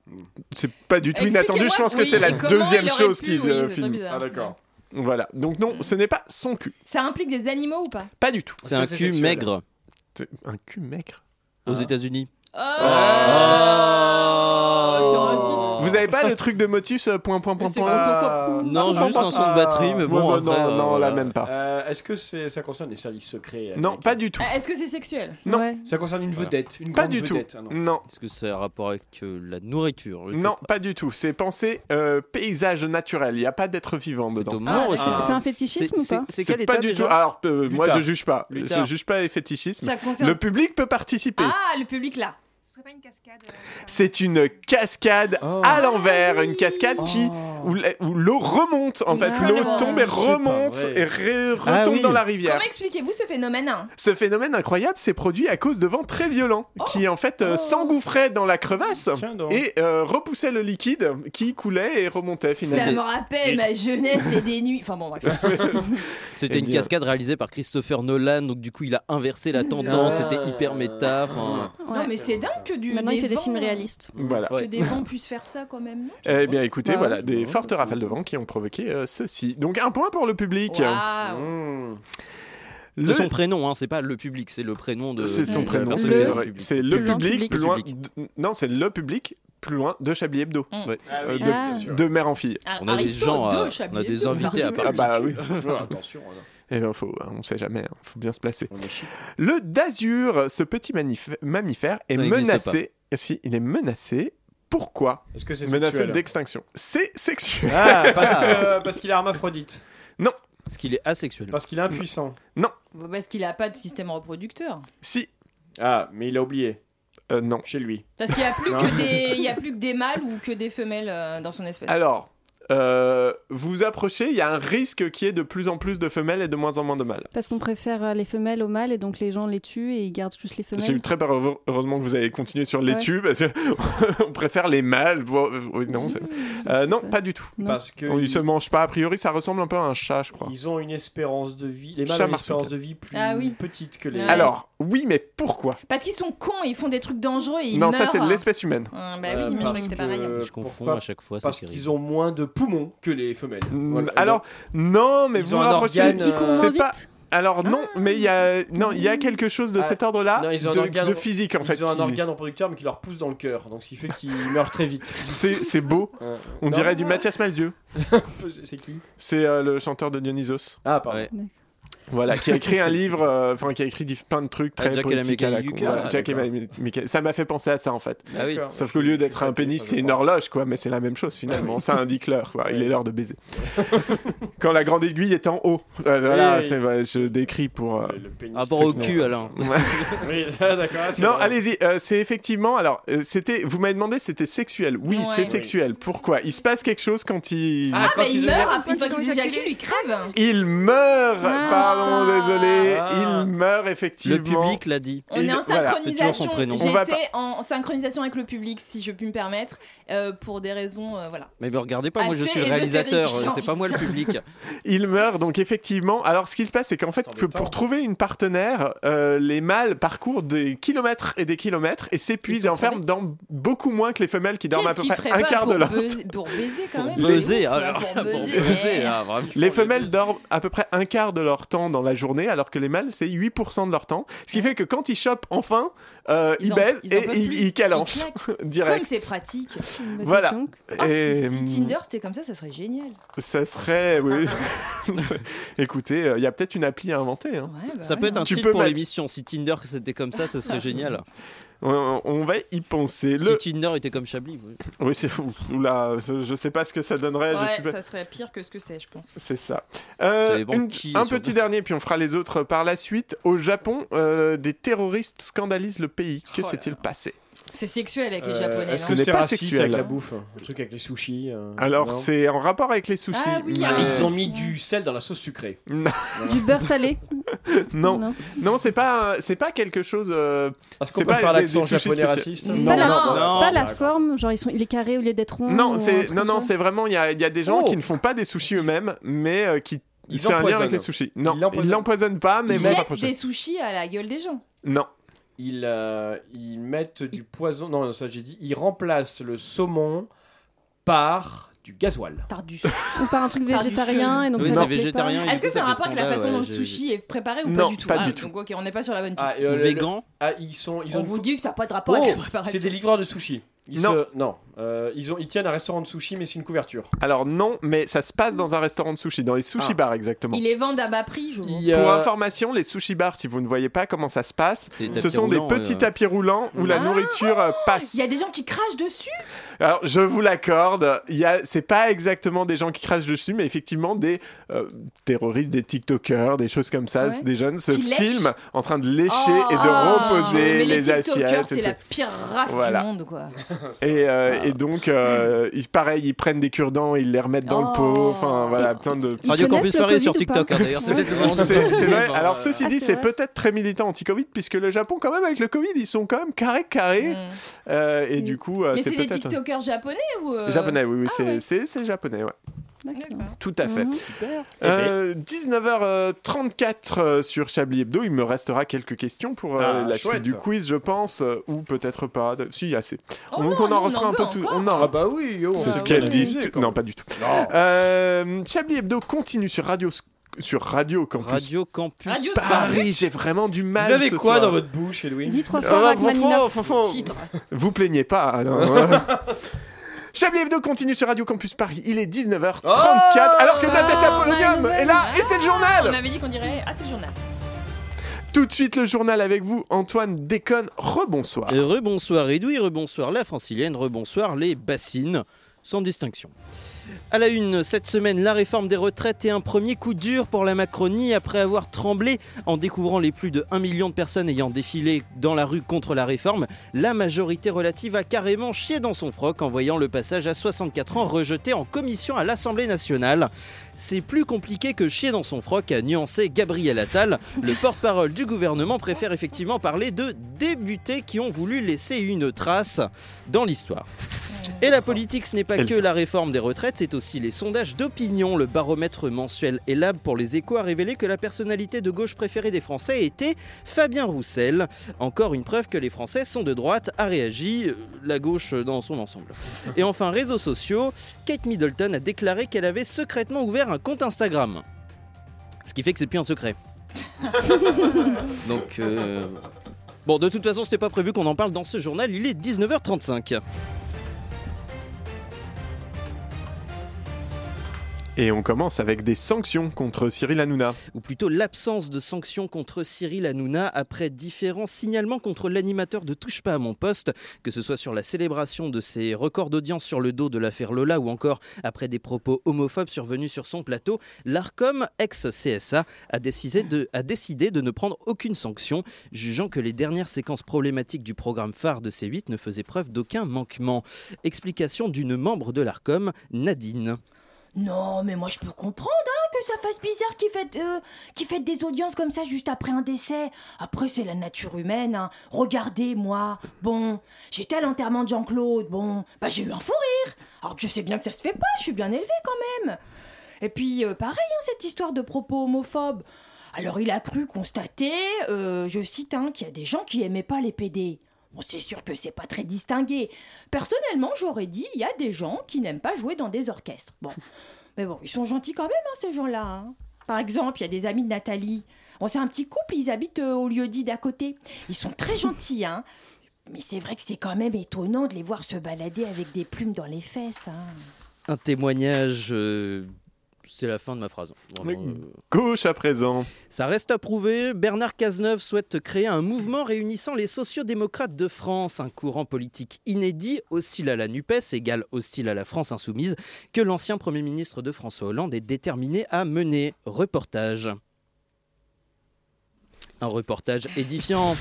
c'est pas du tout Expliquez-moi, inattendu, je pense que oui, c'est la et comment deuxième il aurait chose pu, qu'il oui, euh, c'est très filme. bizarre. Mm. Ah, d'accord. Voilà, donc non, ce n'est pas son cul. Ça implique des animaux ou pas Pas du tout. C'est un cul maigre. C'est Un cul maigre. Aux Ah. États-Unis. Oh, Oh. Ah. Vous avez pas le truc de Motus euh, point point point c'est point grossophobe. Non, juste un son de batterie, mais bon. Ouais, après, bah, non, euh, non, voilà. là même pas. Euh, Est-ce que c'est- ça concerne les services secrets Non, pas du tout. Ah, Est-ce que c'est sexuel Non. Ça concerne une Voilà. vedette. Une Pas grande du tout. vedette, ah non. Non. Est-ce que ça a un rapport avec euh, la nourriture Je ne sais Non, Bah, pas du tout. C'est pensé euh, paysage naturel. Il n'y a pas d'être vivant dedans. mort Ah, aussi. c'est- c'est un fétichisme ou pas c'est quel pas état du déjà tout. Alors, euh, moi, L'Utah. je juge pas. L'Utah. Je juge pas les fétichismes. Ça concerne- Le public peut participer. Ah, le public là. C'est une cascade à l'envers, une cascade qui où la- où l'eau remonte. En fait, Ah. l'eau tombe et C'est pas remonte vrai. et re- retombe Ah oui. dans la rivière. Comment expliquez-vous ce phénomène hein Ce phénomène incroyable s'est produit à cause de vents très violents Oh. qui en fait euh, s'engouffraient dans la crevasse Tiens donc. et euh, repoussaient le liquide qui coulait et remontait Ça me finalement. rappelle ma jeunesse et des nuits. Enfin bon, bref. C'était Eh une bien. cascade réalisée par Christopher Nolan, donc du coup il a inversé la tendance, c'était hyper méta. enfin. Non, mais c'est dingue que du. Maintenant, il fait des vents- hein. films réalistes. Voilà. Que des vents puissent faire ça quand même, non Eh bien écoutez, Bah voilà, ouais. des fortes rafales de vent qui ont provoqué euh, ceci. Donc un point pour le public. Waouh. Hmm. De Le- son prénom, hein, c'est pas le public, c'est le prénom de. C'est son de la prénom, personne c'est qui est dans vrai. public. C'est le Plus loin, public, public. plus loin. Public. d- Non, c'est le public plus loin de Chablis Hebdo. Ouais. Euh, de, Ah. de mère en fille. Ah, On a des Aristo, gens, euh, deux à- on Chablis a Hebdo, des invités à particulier. parler. Ah bah oui. attention. hein, Eh bien, faut, on sait jamais, hein, faut bien se placer. On est chic. Le d'azur, ce petit mammif- mammifère, est Ça n'existe menacé. Si, il est menacé. Pourquoi Est-ce que c'est Menacé sexuel d'extinction. C'est sexuel. Ah, parce que- parce qu'il est hermaphrodite. Parce qu'il est asexuel. Parce qu'il est impuissant. Bah, Parce qu'il a pas de système reproducteur. Si, Ah, mais il a oublié. euh, non. Chez lui. Parce qu'il y a plus Non. que des, il y a plus que des mâles ou que des femelles euh, dans son espèce. Alors, euh, vous approchez, il y a un risque qui est de plus en plus de femelles et de moins en moins de mâles. Parce qu'on préfère euh, les femelles aux mâles et donc les gens les tuent et ils gardent juste les J'ai eu femelles. très peur, heureux- heureusement que vous avez continué sur les Ouais. tubes, parce qu'on préfère les mâles. Bon, euh, oui, non, c'est- Euh, non, pas du tout. Non. Parce que. Ils se mangent pas, a priori ça ressemble un peu à un chat, je crois. Ils ont une espérance de vie. Les mâles Chat ont une espérance marsupial. de vie plus Ah oui. petite que les. Ouais. Alors, oui, mais pourquoi Parce qu'ils sont cons, ils font des trucs dangereux et ils Non, meurent. ça c'est de l'espèce humaine. Ah, bah oui, mais Euh, je parce croyais que c'était que- pareil. Je Pourquoi confonds à chaque fois, Parce c'est terrible. qu'ils ont moins de poumons que les femelles. Voilà. Hmm, Alors, non, mais Ils vous ont un rapprochez. organe, euh, Ils courent moins euh, C'est vite. pas. Alors non, mais il y a non, il y a quelque chose de Ah. cet ordre-là Non, ils ont un de, organe- de physique en fait. Ils ont un qui- organe reproducteur mais qui leur pousse dans le cœur, donc ce qui fait qu'ils meurent très vite. C'est c'est beau. Euh, On non, euh, dirait du Mathias Malzieu. C'est qui C'est euh, le chanteur de Dionysos. Ah, pardon. Ouais. Voilà, qui a écrit un livre, euh, enfin qui a écrit diff- plein de trucs très Ah, Jack et la politiques à la mécanique con. du cœur. Voilà, Ah, Jack et d'accord. la mé- mécanique. Ça m'a fait penser à ça en fait. Ah oui. D'accord. Sauf qu'au lieu d'être un pénis, c'est une horloge quoi, mais c'est la même chose finalement. Ça indique l'heure. quoi. Il est l'heure de baiser. Quand la grande aiguille est en haut. Euh, voilà, Oui, oui. c'est vrai, je décris pour. euh, Rapport ceux Ah, au qui n'ont- cul, Alain. Oui, ah, d'accord. c'est Non, vrai. allez-y. euh, c'est effectivement. Alors, euh, c'était. Vous m'avez demandé, c'était sexuel. Oui, Ouais. c'est Oui. sexuel. Pourquoi Il se passe quelque chose quand il. Ah, bah il meurt après une fois qu'ils éjaculent, il crève. Il meurt. Ah. Pardon, désolé. Ah. Il meurt Le effectivement. public l'a dit. On est en voilà. synchronisation. On va J'étais en synchronisation avec le public, si je puis me permettre, euh, pour des raisons, euh, voilà. Mais me regardez pas, moi je Assez Ah suis le réalisateur, ésotérique, j'ai c'est pas envie moi de le dire. public. Il meurt donc effectivement. Alors ce qui se passe, c'est qu'en fait, que pour trouver une partenaire, euh, les mâles parcourent des kilomètres et des kilomètres et s'épuisent et enferment dans beaucoup moins que les femelles qui dorment à peu Qu'est-ce qu'il près ferait un pas quart de pour l'heure. baiser- Pour baiser quand même. baiser, c'est ouf, alors, là, pour hein. Pour baiser. baiser, ah, vraiment. Les femelles dorment à peu près un quart de leur temps dans la journée, alors que les mâles, c'est 8% de leur temps. Ce qui fait que quand ils chopent enfin, euh, ils, Ils en- baisent ils en et peuvent ils, plus. ils calanchent Comme direct. c'est pratique. Bah, Voilà. Ah, Et, hum, si, si Tinder c'était comme ça, ça serait génial. Ça serait. oui. Écoutez, euh, il y a peut-être une appli à inventer. hein. Ça bah peut être un Tu titre peux pour mettre- l'émission. Si Tinder c'était comme ça, Ah. ce serait génial. On, on va y penser. Si Le- Tinder était comme Chablis. oui. Oui, c'est fou. Oula, ça- je sais pas ce que ça donnerait. je suis pas- serait pire que ce que c'est, je pense. C'est ça. Euh, Ça dépend une- qui un est sur- petit dernier, puis on fera les autres par la suite. Au Japon, euh, des terroristes scandalisent le pays. Que Oh là s'est-il passé C'est sexuel avec les Euh, Japonais. Est-ce Ce que hein. n'est c'est pas raciste sexuel. avec la bouffe Un truc avec les sushis euh, Alors, non c'est euh, en rapport avec les sushis. Ah oui, mais- Ah, Ils ont mis du sel dans la sauce sucrée. Non. Voilà. Du beurre salé. Non, Non. non, c'est pas, c'est pas quelque chose. euh, Est-ce qu'on c'est peut pas faire des- l'accent des sushis japonais spécial- raciste C'est pas, la, non, for- non, c'est pas la d'accord. forme, genre ils sont, il est carré au lieu d'être rond. ou Non, un Oh, c'est truc non, non, comme ça. c'est vraiment il y a, il y a des gens Oh qui ne font pas des sushis eux-mêmes, mais euh, qui Ils c'est un lien avec empoisonnent. les sushis. Non, Ils ils l'empoisonnent. l'empoisonnent pas, mais Ils bon, jettent rapprochez. des sushis à la gueule des gens. Non, Ils, euh, ils mettent du poison. Non, non, ça j'ai dit. Ils remplacent le saumon par du gasoil. Par du sushi. Ou par un truc Par du végétarien. sel. Et donc Oui, ça c'est leur plaît végétarien. pas. Et du Est-ce que coup, c'est ça un fait rapport avec la scandale, façon dont ouais, le j'ai- sushi est préparé ou Non, pas du tout pas Ah, du tout. Donc, ok, on n'est pas sur la bonne Ah, piste. et, euh, le- Végan. Ah, ils sont. Ils on ont vous dit que ça n'a pas de rapport Oh, avec la c'est préparation. des livreurs de sushis. Ils Non. se- non. Euh, ils, ont, ils tiennent un restaurant de sushis, mais c'est une couverture. alors non, mais ça se passe dans un restaurant de sushis, dans les sushi Ah. bars exactement. Ils les vendent à bas prix, je vois. Ils, Pour euh, information, les sushi bars, si vous ne voyez pas comment ça se passe, C'est des ce tapis sont des roulants, petits euh. tapis roulants où la Ah, nourriture euh, passe. Il y a des gens qui crachent dessus. Alors, je vous l'accorde, il y a- c'est pas exactement des gens qui crachent dessus, mais effectivement des euh, terroristes, des TikTokers, des choses comme ça, Ouais. c- des jeunes se Qui lèchent. filment en train de lécher et de Ah, reposer mais les, TikTokers, assiettes. C'est la pire race Voilà. du monde, quoi. Et, euh, et donc, euh, ils, pareil, ils prennent des cure-dents, ils les remettent dans le pot, Oh. enfin voilà, plein de. Ils Radio euh, connaissent Campus le Paris est sur Covid ou pas TikTok, hein, d'ailleurs. Ouais. C'est c'est vrai. Alors ceci Ah, dit, c'est c'est vrai. peut-être très militant anti-Covid puisque le Japon, quand même, avec le Covid, ils sont quand même carré carré. Mm. Euh, et Oui. du coup, euh, Mais c'est c'est des peut-être TikTokers japonais ou. euh, japonais. Oui, oui, c'est c'est- c'est japonais. Ouais. D'accord. Tout à fait. Mmh. Mhm. Eh Euh, ben. 19h34 euh, sur Chablis Hebdo. Il me restera quelques questions pour euh, Ah, la suite chouette. du quiz, je pense, euh, ou peut-être pas. De- Si, assez. Oh Donc non, on en nous, refera on en un peu veut tout. encore. On en Ah bah oui. yo. C'est ce ouais, qu'elle ouais. dit. Non, pas du tout. Non. Euh, Chablis Hebdo continue sur Radio Sc- sur Radio Campus Radio Campus Radio Paris. J'ai vraiment du mal. Vous avez ce quoi soir. dans votre bouche, Elouis Dis trois fois Ah, Rachmaninoff. fofo, fofo. Titre. Vous plaignez pas, Alain. hein. Chablis Hebdo continue sur Radio Campus Paris. Il est 19h34, alors que Oh, Natacha on a une Polonium nouvelle. est là et c'est le journal. On avait dit qu'on dirait. Ah, c'est le journal. Tout de suite le journal avec vous, Antoine Déconne. Rebonsoir. Et Rebonsoir Edoui, rebonsoir la francilienne, rebonsoir les bassines, sans distinction. À la une, cette semaine, la réforme des retraites est un premier coup dur pour la Macronie après avoir tremblé en découvrant les plus de 1 million de personnes ayant défilé dans la rue contre la réforme. La majorité relative a carrément chié dans son froc en voyant le passage à 64 ans rejeté en commission à l'Assemblée nationale. C'est plus compliqué que chier dans son froc, a nuancé Gabriel Attal. Le porte-parole du gouvernement préfère effectivement parler de débutés qui ont voulu laisser une trace dans l'histoire. Et la politique, ce n'est pas Elle que la réforme des retraites, c'est aussi les sondages d'opinion. Le baromètre mensuel Elab pour les échos a révélé que la personnalité de gauche préférée des Français était Fabien Roussel. Encore une preuve que les Français sont de droite, a réagi euh, la gauche dans son ensemble. Et enfin, réseaux sociaux, Kate Middleton a déclaré qu'elle avait secrètement ouvert un compte Instagram. Ce qui fait que c'est plus un secret. Donc. euh, Bon, de toute façon, c'était pas prévu qu'on en parle dans ce journal, il est 19h35. Et on commence avec des sanctions contre Cyril Hanouna. Ou plutôt l'absence de sanctions contre Cyril Hanouna après différents signalements contre l'animateur de Touche pas à mon poste, que ce soit sur la célébration de ses records d'audience sur le dos de l'affaire Lola ou encore après des propos homophobes survenus sur son plateau, l'ARCOM, ex-CSA, a décidé, de, a décidé de ne prendre aucune sanction, jugeant que les dernières séquences problématiques du programme phare de C8 ne faisaient preuve d'aucun manquement. Explication d'une membre de l'ARCOM, Nadine. Non, mais moi je peux comprendre hein, que ça fasse bizarre qu'ils fêtent, euh, qu'ils fêtent des audiences comme ça juste après un décès. Après, c'est la nature humaine. hein. Regardez, moi, bon, j'étais à l'enterrement de Jean-Claude, bon, bah j'ai eu un fou rire. Alors que je sais bien que ça se fait pas, je suis bien élevée quand même. Et puis, euh, pareil, hein, cette histoire de propos homophobes. Alors, il a cru constater, euh, je cite, hein, qu'il y a des gens qui aimaient pas les PD. Bon, c'est sûr que c'est pas très distingué. Personnellement, j'aurais dit, il y a des gens qui n'aiment pas jouer dans des orchestres. Bon, mais bon, ils sont gentils quand même, hein, ces gens-là. hein. Par exemple, il y a des amis de Nathalie. Bon, c'est un petit couple, ils habitent euh, au lieu dit d'à côté. Ils sont très gentils, hein. Mais c'est vrai que c'est quand même étonnant de les voir se balader avec des plumes dans les fesses. hein. Un témoignage. euh, C'est la fin de ma phrase. Vraiment, euh, Gauche à présent. Ça reste à prouver. Bernard Cazeneuve souhaite créer un mouvement réunissant les sociodémocrates de France, un courant politique inédit, hostile à la NUPES, égal hostile à la France insoumise, que l'ancien Premier ministre de François Hollande est déterminé à mener. Reportage. Un reportage édifiant.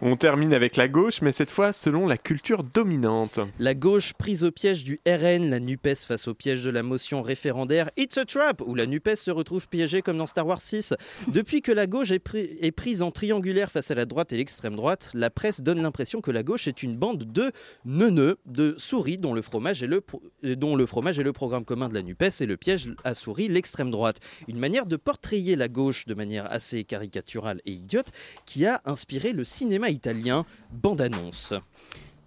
On termine avec la gauche, mais cette fois selon la culture dominante. La gauche prise au piège du RN, la NUPES face au piège de la motion référendaire It's a Trap, où la NUPES se retrouve piégée comme dans Star Wars 6. Depuis que la gauche est, pri- est prise en triangulaire face à la droite et l'extrême droite, la presse donne l'impression que la gauche est une bande de neuneux, de souris dont le fromage est le, pro- euh, dont le fromage est le programme commun de la NUPES et le piège à souris l'extrême droite. Une manière de portrayer la gauche de manière assez caricaturale et idiote qui a inspiré le cinéma italien, bande-annonce.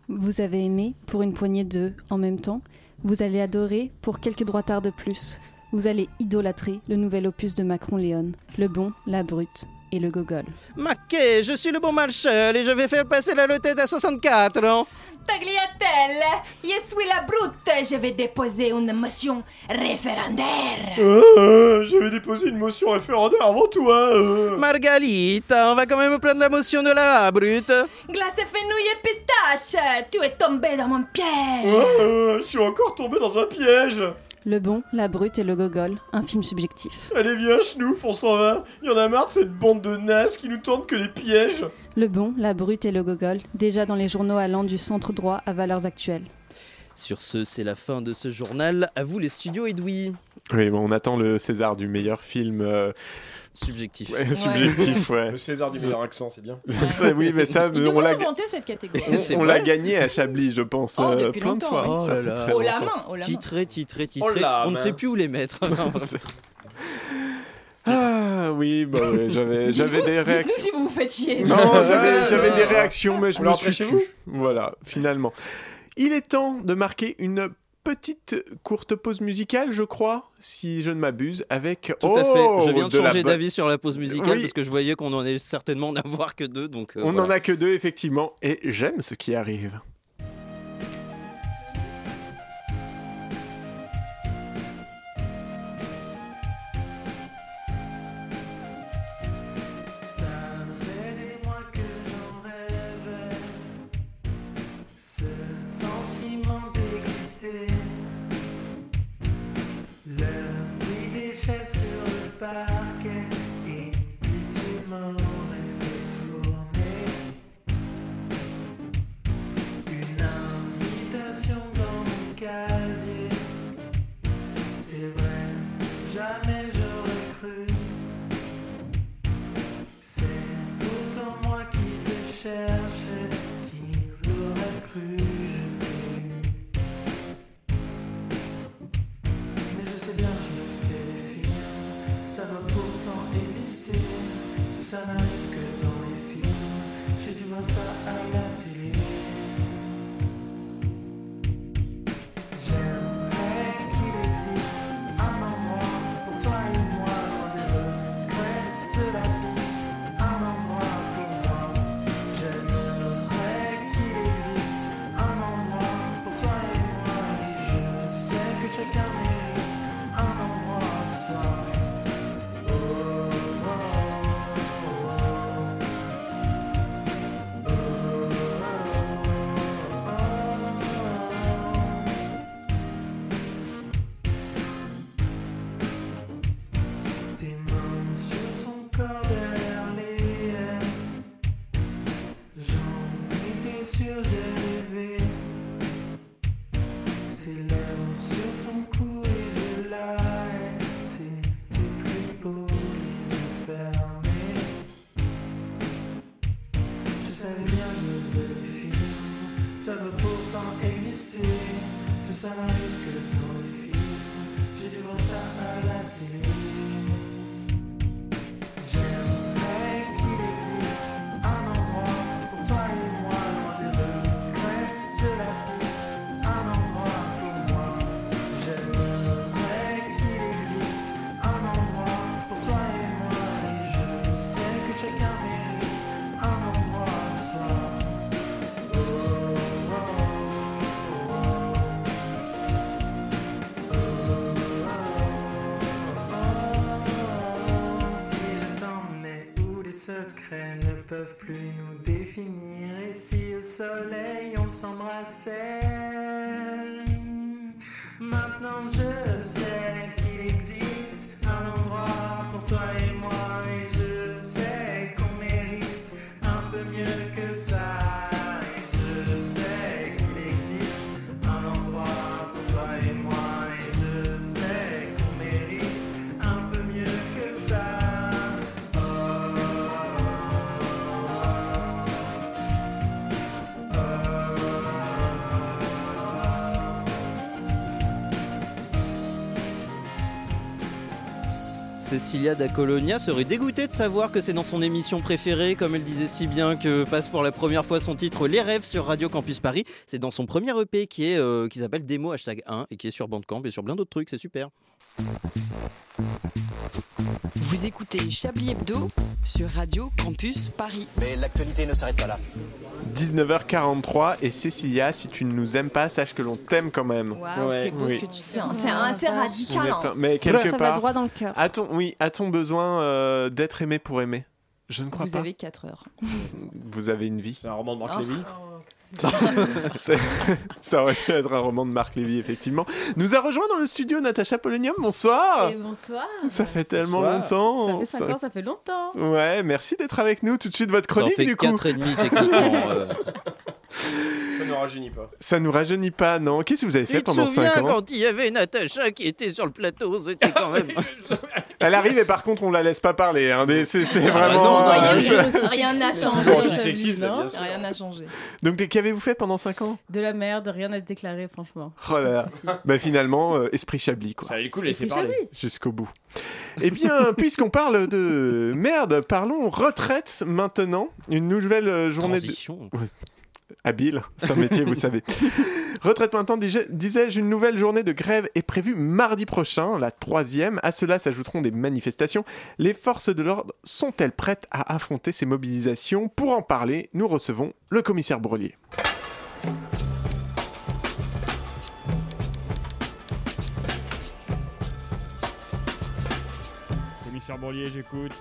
Vous avez aimé pour une poignée de en même temps. Vous allez adorer pour quelques droits tard de plus. Vous allez idolâtrer le nouvel opus de Macron Léon, le bon, la brute et le gogol. Maquet, je suis le bon marcheur et je vais faire passer la tête à hein. 64 ans. Tagliatelle, je suis la brute, je vais déposer une motion référendaire. J'avais déposé une motion référendaire avant toi. Euh. Margarita, hein, on va quand même prendre la motion de la brute. Glace fenouil et pistache, tu es tombé dans mon piège. Oh, euh, je suis encore tombé dans un piège. Le bon, la brute et le gogol, un film subjectif. Allez, viens, chenouf, on s'en va. Il y en a marre de cette bande de nazes qui nous tente que les pièges. Le bon, la brute et le gogol, déjà dans les journaux allant du centre droit à valeurs actuelles. Sur ce, c'est la fin de ce journal. À vous les studios Edoui. Oui, bon, on attend le César du meilleur film euh, Subjectif. ouais, subjectif, ouais. Le César du meilleur accent, c'est bien. Ça, oui, mais ça, Ils on l'a, devraient inventer cette catégorie. on- C'est on l'a vrai. gagné à Chablis, je pense, Oh, euh, depuis plein de longtemps, fois. oui. Ça Oh fait là très là. Oh la longtemps. main, oh la main. Titré, titré, titré. Oh là, on ne ben. sait plus où les mettre. Ah oui, bah ouais, j'avais, j'avais des Dites-nous réactions. si vous vous faites chier. Non, j'avais, Euh, j'avais des euh, réactions, mais je on me l'a suis chez tu. vous Voilà, finalement. Il est temps de marquer une petite courte pause musicale, je crois, si je ne m'abuse, avec Tout à fait. Oh, Je viens de, la changer bonne- d'avis sur la pause musicale Oui. parce que je voyais qu'on en allait certainement en avoir que deux. Donc, euh, On voilà. en a que deux, effectivement, et j'aime ce qui arrive. Ça faisait des mois que j'en rêvais Ce sentiment d'exister Le bruit des chaises sur le parquet Et puis tu m'aurais fait tourner Une invitation dans mon casier C'est vrai, jamais j'aurais cru c'est pourtant moi qui te cherchais, qui l'aurait cru, je t'ai eu. Mais je sais bien, je me fais les films, ça doit pourtant exister. Tout ça n'arrive que dans les films, j'ai dû voir ça à la télé. J'aimerais qu'il existe un endroit pour toi et moi, loin des regrets de la piste, un endroit pour moi. J'aimerais qu'il existe un endroit pour toi et moi, et je sais que chacun mérite Oh, peuvent plus nous définir. Et si au soleil on s'embrassait Maintenant je sais qu'il existe un endroit pour toi et moi. Et je sais qu'on mérite un peu mieux que ça. Et je sais qu'il existe un endroit pour toi et moi. Et je sais qu'on mérite un peu mieux que ça. Cecilia da Colonia serait dégoûtée de savoir que c'est dans son émission préférée, comme elle disait si bien que passe pour la première fois son titre Les rêves sur Radio Campus Paris. C'est dans son premier EP qui est euh, qui s'appelle Démo hashtag 1 et qui est sur Bandcamp et sur plein d'autres trucs, c'est super. Vous écoutez Chablis Hebdo sur Radio Campus Paris. Mais l'actualité ne s'arrête pas là. 19h43 et Cécilia, si tu ne nous aimes pas, sache que l'on t'aime quand même. Waouh, c'est beau ce Oui. que tu tiens. C'est assez radical. On est hein. plein- Mais quelque Ça va part, droit dans le cœur. A-t-on, oui, a-t-on besoin euh, d'être aimé pour aimer Je ne crois Vous pas. avez 4 heures. Vous avez une vie. C'est un roman de Marc Oh. Lévy. Ça aurait pu être un roman de Marc Lévy, effectivement. Nous a rejoint dans le studio Natacha Polonium. Bonsoir. Et bonsoir. Ça fait tellement Bonsoir. longtemps. Ça fait 5 ans, ça fait longtemps. Ouais, merci d'être avec nous. Tout de suite, votre Ça en chronique, fait du coup. quatre et demi, techniquement, euh. Ça ne rajeunit pas. Ça nous rajeunit pas, non Qu'est-ce que vous avez fait Tu te pendant 5 souviens ans quand il y avait Natacha qui était sur le plateau, c'était quand même. Elle arrive et par contre, on la laisse pas parler. hein. Des- C'est c'est Ah bah vraiment. non, bah, euh, il y a je- aussi Rien n'a sexiste. changé. Toujours aussi dans sa sexiste, vie, bah, non bien sûr. Rien n'a changé. Donc, t'es- qu'avez-vous fait pendant 5 ans De la merde, rien n'a déclaré, franchement. Oh là là. Bah finalement, euh, esprit Chablis quoi. Ça allait cool, laissez Esprit parler. Chablis. Jusqu'au bout. Eh bien, puisqu'on parle de merde, parlons retraite maintenant. Une nouvelle euh, journée Transition. de... Ouais. Habile, c'est un métier, vous savez. Retraite maintenant, dis- disais-je, une nouvelle journée de grève est prévue mardi prochain, la troisième. À cela s'ajouteront des manifestations. Les forces de l'ordre sont-elles prêtes à affronter ces mobilisations Pour en parler, nous recevons le commissaire Brelier. Commissaire Bourlier, j'écoute.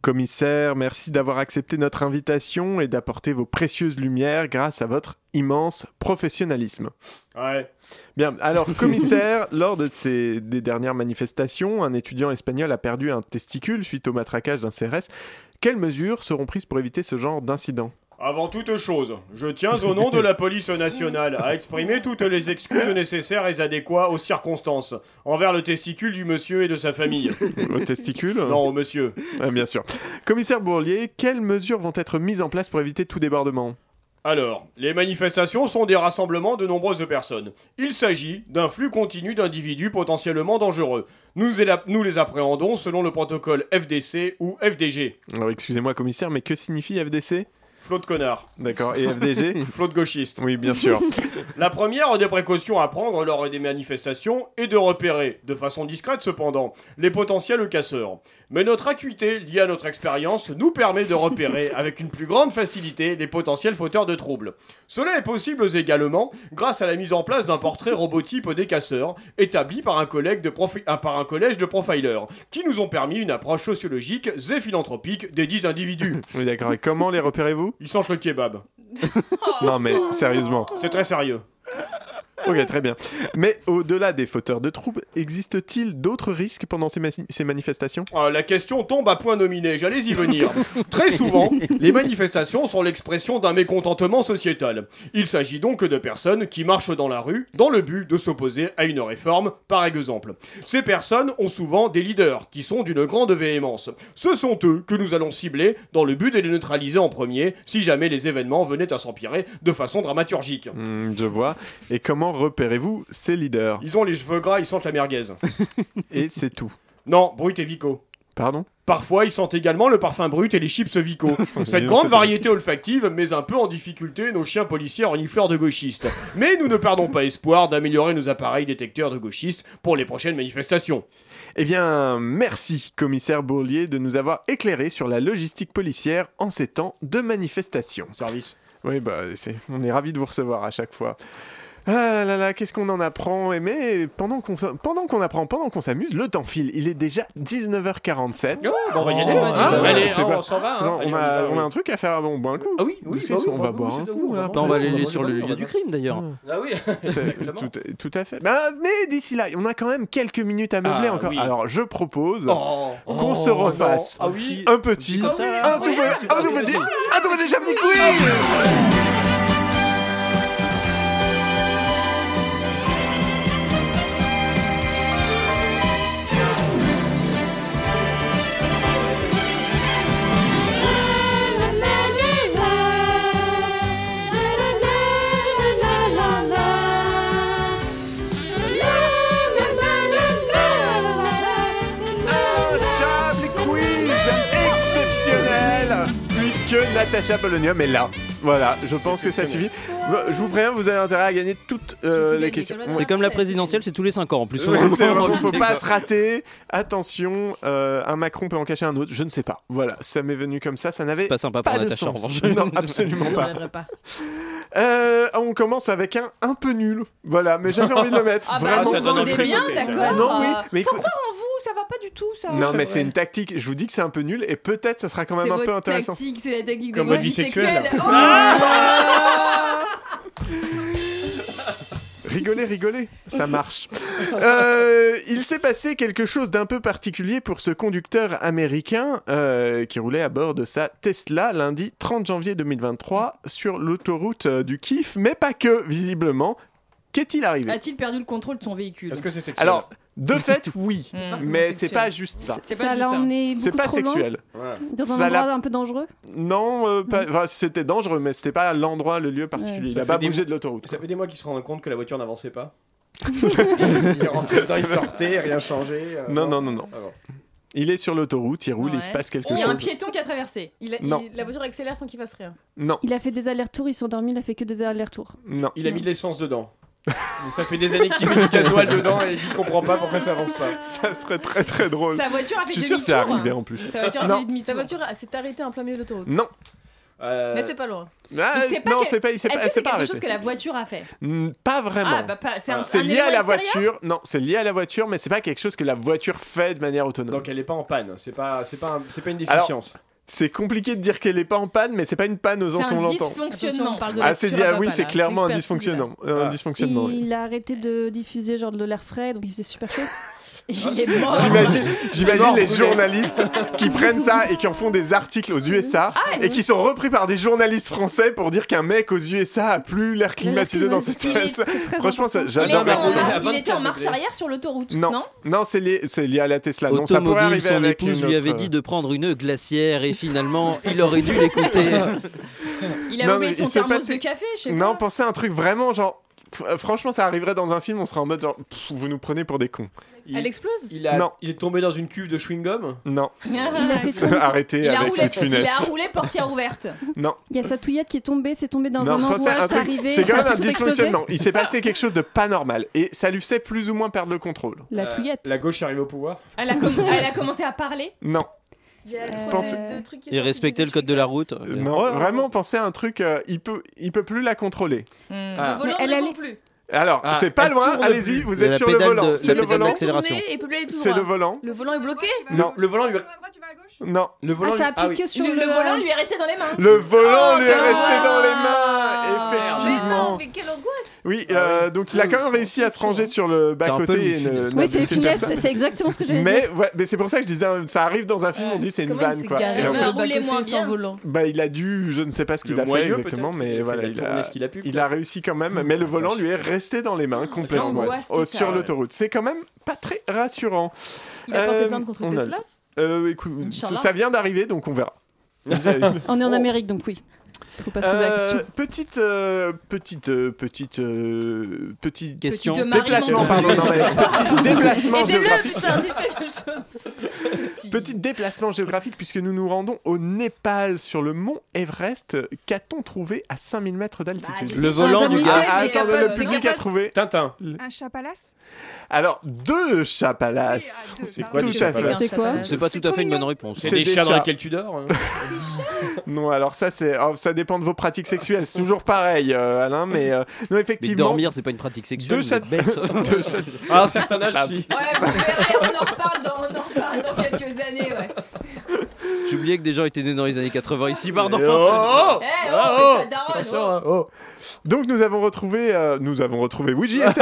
Commissaire, merci d'avoir accepté notre invitation et d'apporter vos précieuses lumières grâce à votre immense professionnalisme. Ouais. Bien, alors commissaire, lors de ces, des dernières manifestations, un étudiant espagnol a perdu un testicule suite au matraquage d'un CRS. Quelles mesures seront prises pour éviter ce genre d'incident Avant toute chose, je tiens au nom de la police nationale à exprimer toutes les excuses nécessaires et adéquates aux circonstances envers le testicule du monsieur et de sa famille. Au testicule Ah, Non, au monsieur. bien sûr. Commissaire Bourlier, quelles mesures vont être mises en place pour éviter tout débordement Alors, les manifestations sont des rassemblements de nombreuses personnes. Il s'agit d'un flux continu d'individus potentiellement dangereux. Nous, éla- nous les appréhendons selon le protocole FDC ou FDG. Alors excusez-moi commissaire, mais que signifie FDC Flot de connard. D'accord, et FDG Flot de gauchiste. Oui, bien sûr. La première des précautions à prendre lors des manifestations est de repérer, de façon discrète cependant, les potentiels casseurs. Mais notre acuité liée à notre expérience nous permet de repérer avec une plus grande facilité les potentiels fauteurs de troubles. Cela est possible également grâce à la mise en place d'un portrait robotype des casseurs établi par un, collègue de profi- ah, par un collège de profilers qui nous ont permis une approche sociologique et philanthropique des 10 individus. Oui, d'accord, et comment les repérez-vous Ils sentent le kebab. Non mais sérieusement. C'est très sérieux. Ok, très bien. Mais au-delà des fauteurs de troubles, existe-t-il d'autres risques pendant ces, masi- ces manifestations Ah, la question tombe à point nominé, j'allais y venir. Très souvent, les manifestations sont l'expression d'un mécontentement sociétal. Il s'agit donc de personnes qui marchent dans la rue dans le but de s'opposer à une réforme, par exemple. Ces personnes ont souvent des leaders qui sont d'une grande véhémence. Ce sont eux que nous allons cibler dans le but de les neutraliser en premier si jamais les événements venaient à s'empirer de façon dramaturgique. Hmm, Je vois. Et comment repérez-vous ces leaders Ils ont les cheveux gras, ils sentent la merguez. Et c'est tout. Non, Brut et Vico. Pardon Parfois, ils sentent également le parfum brut et les chips Vico. Cette Dis donc, grande ça variété olfactive met un peu en difficulté nos chiens policiers renifleurs de gauchistes. Mais nous ne perdons pas espoir d'améliorer nos appareils détecteurs de gauchistes pour les prochaines manifestations. Eh bien, merci, commissaire Bourlier, de nous avoir éclairé sur la logistique policière en ces temps de manifestations. Service. Oui, bah, c'est- on est ravis de vous recevoir à chaque fois. Ah là là, qu'est-ce qu'on en apprend Et Mais pendant qu'on s- pendant qu'on apprend, pendant qu'on s'amuse, le temps file. Il est déjà 19h47. bon, on va Oh, bah, y aller, on va y Ah, aller. ouais, Allez, c'est on pas- s'en va, hein. Sinon, on, Allez, on y a, va, on a oui. un truc à faire. Bon, bon, un coup. Ah oui, oui, Qu'est-ce bah oui, qu'on bah va oui, boire un c'est- coup. oui, hein, on va après. boire, on va on aller va lire sur le boire, on lieu va du boire. crime d'ailleurs. Ah oui, C'est- exactement. tout, tout à fait. Bah, mais d'ici là, on a quand même quelques minutes à meubler Ah, encore. oui. Alors, je propose Oh, qu'on oh, se refasse non. Ah oui. un petit, Comme ça, un tout petit, incroyable. un tout petit, un tout petit Chablis Quiz. Un Chablis Quiz exceptionnel puisque Natacha Polonium est là. Voilà, je pense que ça suffit. Je vous préviens, vous avez intérêt à gagner toutes euh, les questions. C'est comme la présidentielle, c'est tous les 5 ans en plus. Ouais, c'est On va vrai, en faut profiter, pas quoi. se rater. Attention, euh, un Macron peut en cacher un autre, je ne sais pas. Voilà, ça m'est venu comme ça, ça n'avait pas sympa pour de Natacha, en sens. revanche. Non, absolument On pas. l'aimerait pas. Euh, on commence avec un un peu nul. Voilà, mais j'avais envie de le mettre. Ah bah, Vraiment, vous vraiment vendez très bien, mauvais. d'accord. Non, oui, euh, mais faut écoute- croire en vous, ça va pas du tout, ça. non, mais c'est une tactique. Je vous dis que c'est un peu nul et peut-être ça sera quand même un peu intéressant. C'est votre tactique, c'est la tactique Comme de votre vie sexuelle. Oh Rigolez, rigolez, ça marche. Euh, il s'est passé quelque chose d'un peu particulier pour ce conducteur américain euh, qui roulait à bord de sa Tesla lundi 30 janvier 2023 sur l'autoroute euh, du Kif, mais pas que, visiblement. Qu'est-il arrivé A-t-il perdu le contrôle de son véhicule Est-ce que c'est sexuel Alors, de fait, oui, C'est forcément mais c'est sexuel. pas juste ça. C'est Ça l'a emmené C'est beaucoup pas trop loin, sexuel. Dans un Ça l'a- endroit un peu dangereux. Non, euh, pas- enfin, c'était dangereux, mais c'était pas l'endroit, le lieu particulier. Il Ça a pas fait des bougé mois- de l'autoroute. Ça fait des mois qu'ils se rendent compte que la voiture n'avançait pas. il rentrait dedans, il sortait, rien changé. euh, Non, non, non, non. Ah bon. Il est sur l'autoroute, il roule, il se Ouais. passe quelque Il y a un chose. piéton qui a traversé. Il a- il- Non. la voiture accélère sans qu'il fasse rien. Non, Il a fait des allers-retours, il s'est endormi, il a fait que des allers-retours. non. Il a mis de l'essence dedans. Mais ça fait des années qu'il met du gasoil dedans et qu'il comprend pas pourquoi ça avance pas. Ça serait très très drôle. Sa voiture a Je fait suis sûr que c'est demi-tour, arrivé hein. en plus. Sa voiture a Non. fait demi Sa voiture a- s'est arrêtée en plein milieu de l'autoroute. Non. Euh, Mais c'est pas loin. Ah, Il sait pas non, que- c'est pas, il s'est pas, Est-ce que elle s'est c'est pas quelque chose arrêtée. que la voiture a fait Mm, Pas vraiment. Ah bah pas, c'est un- C'est un lié à élément la extérieur voiture. Non, c'est lié à la voiture, mais c'est pas quelque chose que la voiture fait de manière autonome. Donc elle est pas en panne, c'est pas, c'est pas, un- c'est pas une Alors, déficience. C'est compliqué de dire qu'elle est pas en panne, mais c'est pas une panne aux C'est un ensembles longtemps. dysfonctionnement. on parle de Ah, lecture c'est dit- à ah papa, oui, là. c'est clairement un Expertise, là. dysfonctionnement. Un Ah. dysfonctionnement. oui. Il a arrêté de diffuser genre de l'air frais, donc il faisait super chaud. Il est mort. J'imagine, j'imagine Non, les brûlé. journalistes qui prennent ça et qui en font des articles aux Ah, USA et qui sont repris par des journalistes français pour dire qu'un mec aux USA a plus l'air climatisé dans cette Il est- pièce. très Franchement, ça- Il était j'adore en- cette version. il histoire. À 24 était en marche degrés. arrière sur l'autoroute, Non, non, non, c'est lié, c'est lié à la Tesla. Bah Non, ça pourrait Automobile, arriver son avec épouse une lui autre- euh, avait dit de prendre une glacière et finalement il aurait dû l'écouter. Il a Non, mais oublié il son s'est thermos passé- de café, je sais Non, pas. pensez à un truc vraiment genre. pff, euh, Franchement, ça arriverait dans un film, on serait en mode genre, pff, vous nous prenez pour des cons. Elle Il, explose il a- Non. il est tombé dans une cuve de chewing-gum. Non, Il Il a fait son- arrêtez a avec roulé- il les a funestes. roulé portière ouverte. Non, Il y a sa touillette qui est tombée, c'est tombé dans un non, pensez à endroit, un c'est truc. arrivé. C'est ça quand a même un fait tout exploser. dysfonctionnement. Il s'est passé quelque chose de pas normal et ça lui fait plus ou moins perdre le contrôle. La touillette. Euh, La gauche arrive au pouvoir. Elle a, com- elle a commencé à parler. Non, Il y a trop Pensez- de- de trucs qui Il sortent, respectait des le code de la route. euh, non, vraiment, pensez à un truc, euh, il, peut, il peut plus la contrôler. Le Ah. volant Mais elle ne allait- court plus. Alors, Ah, c'est pas elle loin, tourne allez-y, plus. vous Il y a êtes la sur le pédale volant. de- C'est la le pédale volant. d'accélération. L'accélération. Et peut aller tout C'est droit. le volant. Le volant est bloqué Non, Le volant lui. non. Le volant Ah, ça lui- applique oui. que sur le, le, le volant lui est resté dans les mains. Le volant Oh, lui est non. resté dans les Ah. mains, effectivement. mais quelle angoisse Oui, Ah euh, donc il a quand même réussi à se ranger sur le C'est un peu bas-côté. une et finesse. ne- Oui, ne Oui, c'est blesser finesse, personne. c'est exactement ce que j'allais dire. Mais, ouais, mais c'est pour ça que je disais, euh, ça arrive dans un film, on dit c'est une Comment vanne il s'est quoi. garé Et en Non, sur fait, le roulez hein. moins bas-côté bien. sans volant bah, il a dû, je ne sais pas ce qu'il Le a fait moyeu, exactement, peut-être, mais il a voilà, fait il la a, tournée, ce qu'il a pu, il peut-être. a réussi quand même. Mais le volant lui est resté dans les mains complètement L'angoisse au- totale. sur l'autoroute. C'est quand même pas très rassurant. Il a porté Euh, plainte contre on a le Tesla temps. Euh, écoute, Inch'Allah. ça vient d'arriver, donc on verra. On est en Amérique, donc oui. Faut pas se poser la Oh. Euh, question. Petite, euh, petite, euh, petite, euh, petit Question. Petite Marie déplacement, Mandel. pardon, non, mais petit déplacement Aidez-le, géographique. putain, dites quelque chose Petit déplacement géographique puisque nous nous rendons au Népal sur le mont Everest. Qu'a-t-on trouvé à 5000 mètres d'altitude Bah, Le volant du Jean-Jean gars. Michel. Ah, mais attendez, capable, le non, public pas a de- trouvé. Tintin. Un chat palace Alors, deux chapalas. C'est quoi Tout du à fait. C'est quoi C'est pas tout à fait une bonne réponse. C'est C'est des des chats dans chats. lesquels tu dors. hein. Non, alors ça, c'est. oh, ça, ça dépend de vos pratiques sexuelles. C'est toujours pareil, euh, Alain, mais euh, non, Mais effectivement. dormir, c'est pas une pratique sexuelle. de vous cette- êtes bête. de cette- À un certain âge, Ah, si. Bah, parle dans, on en parle dans quelques années, ouais. J'ai oublié que des gens étaient nés dans les années 80 ici, pardon. Eh, oh, Eh, oh, oh, oh, ta daronne, attention, oh. hein, oh. Donc nous avons retrouvé, euh, nous avons retrouvé. Oui, j'y étais.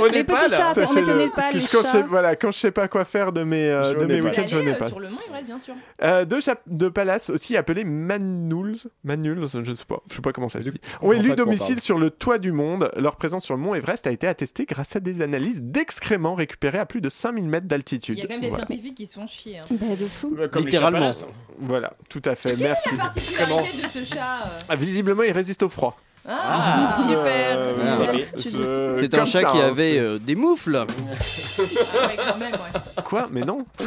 Au Les Népal. petits chats, Ça, on c'est était au le- Népal, les quand je sais, chats. voilà, quand je sais pas quoi faire de mes euh, Je vais de au mes Népal. week-ends, je vais au Allez, euh, Népal. sur le Mont Everest, bien sûr. Euh, deux chap- de palaces aussi appelés manuls, manuls, je sais pas, je sais pas comment ça se dit, ont pas de élu quoi on domicile parle. sur le toit du monde. Leur présence sur le mont Everest a été attestée grâce à des analyses d'excréments récupérés à plus de 5000 mètres d'altitude. Il y a quand même des Voilà. scientifiques qui se font chier. hein. Bah, de fou. Comme les Littéralement. chapalas. Voilà, tout à fait, merci. Comment Particularité de ce chat. euh. Ah, Visiblement, il résiste au froid. Ah, Euh, super. voilà. Vertu. Je- C'est comme un chat ça, qui hein, avait euh, des moufles. Ah ouais, quand même, ouais. c'est- Quoi Mais non pas,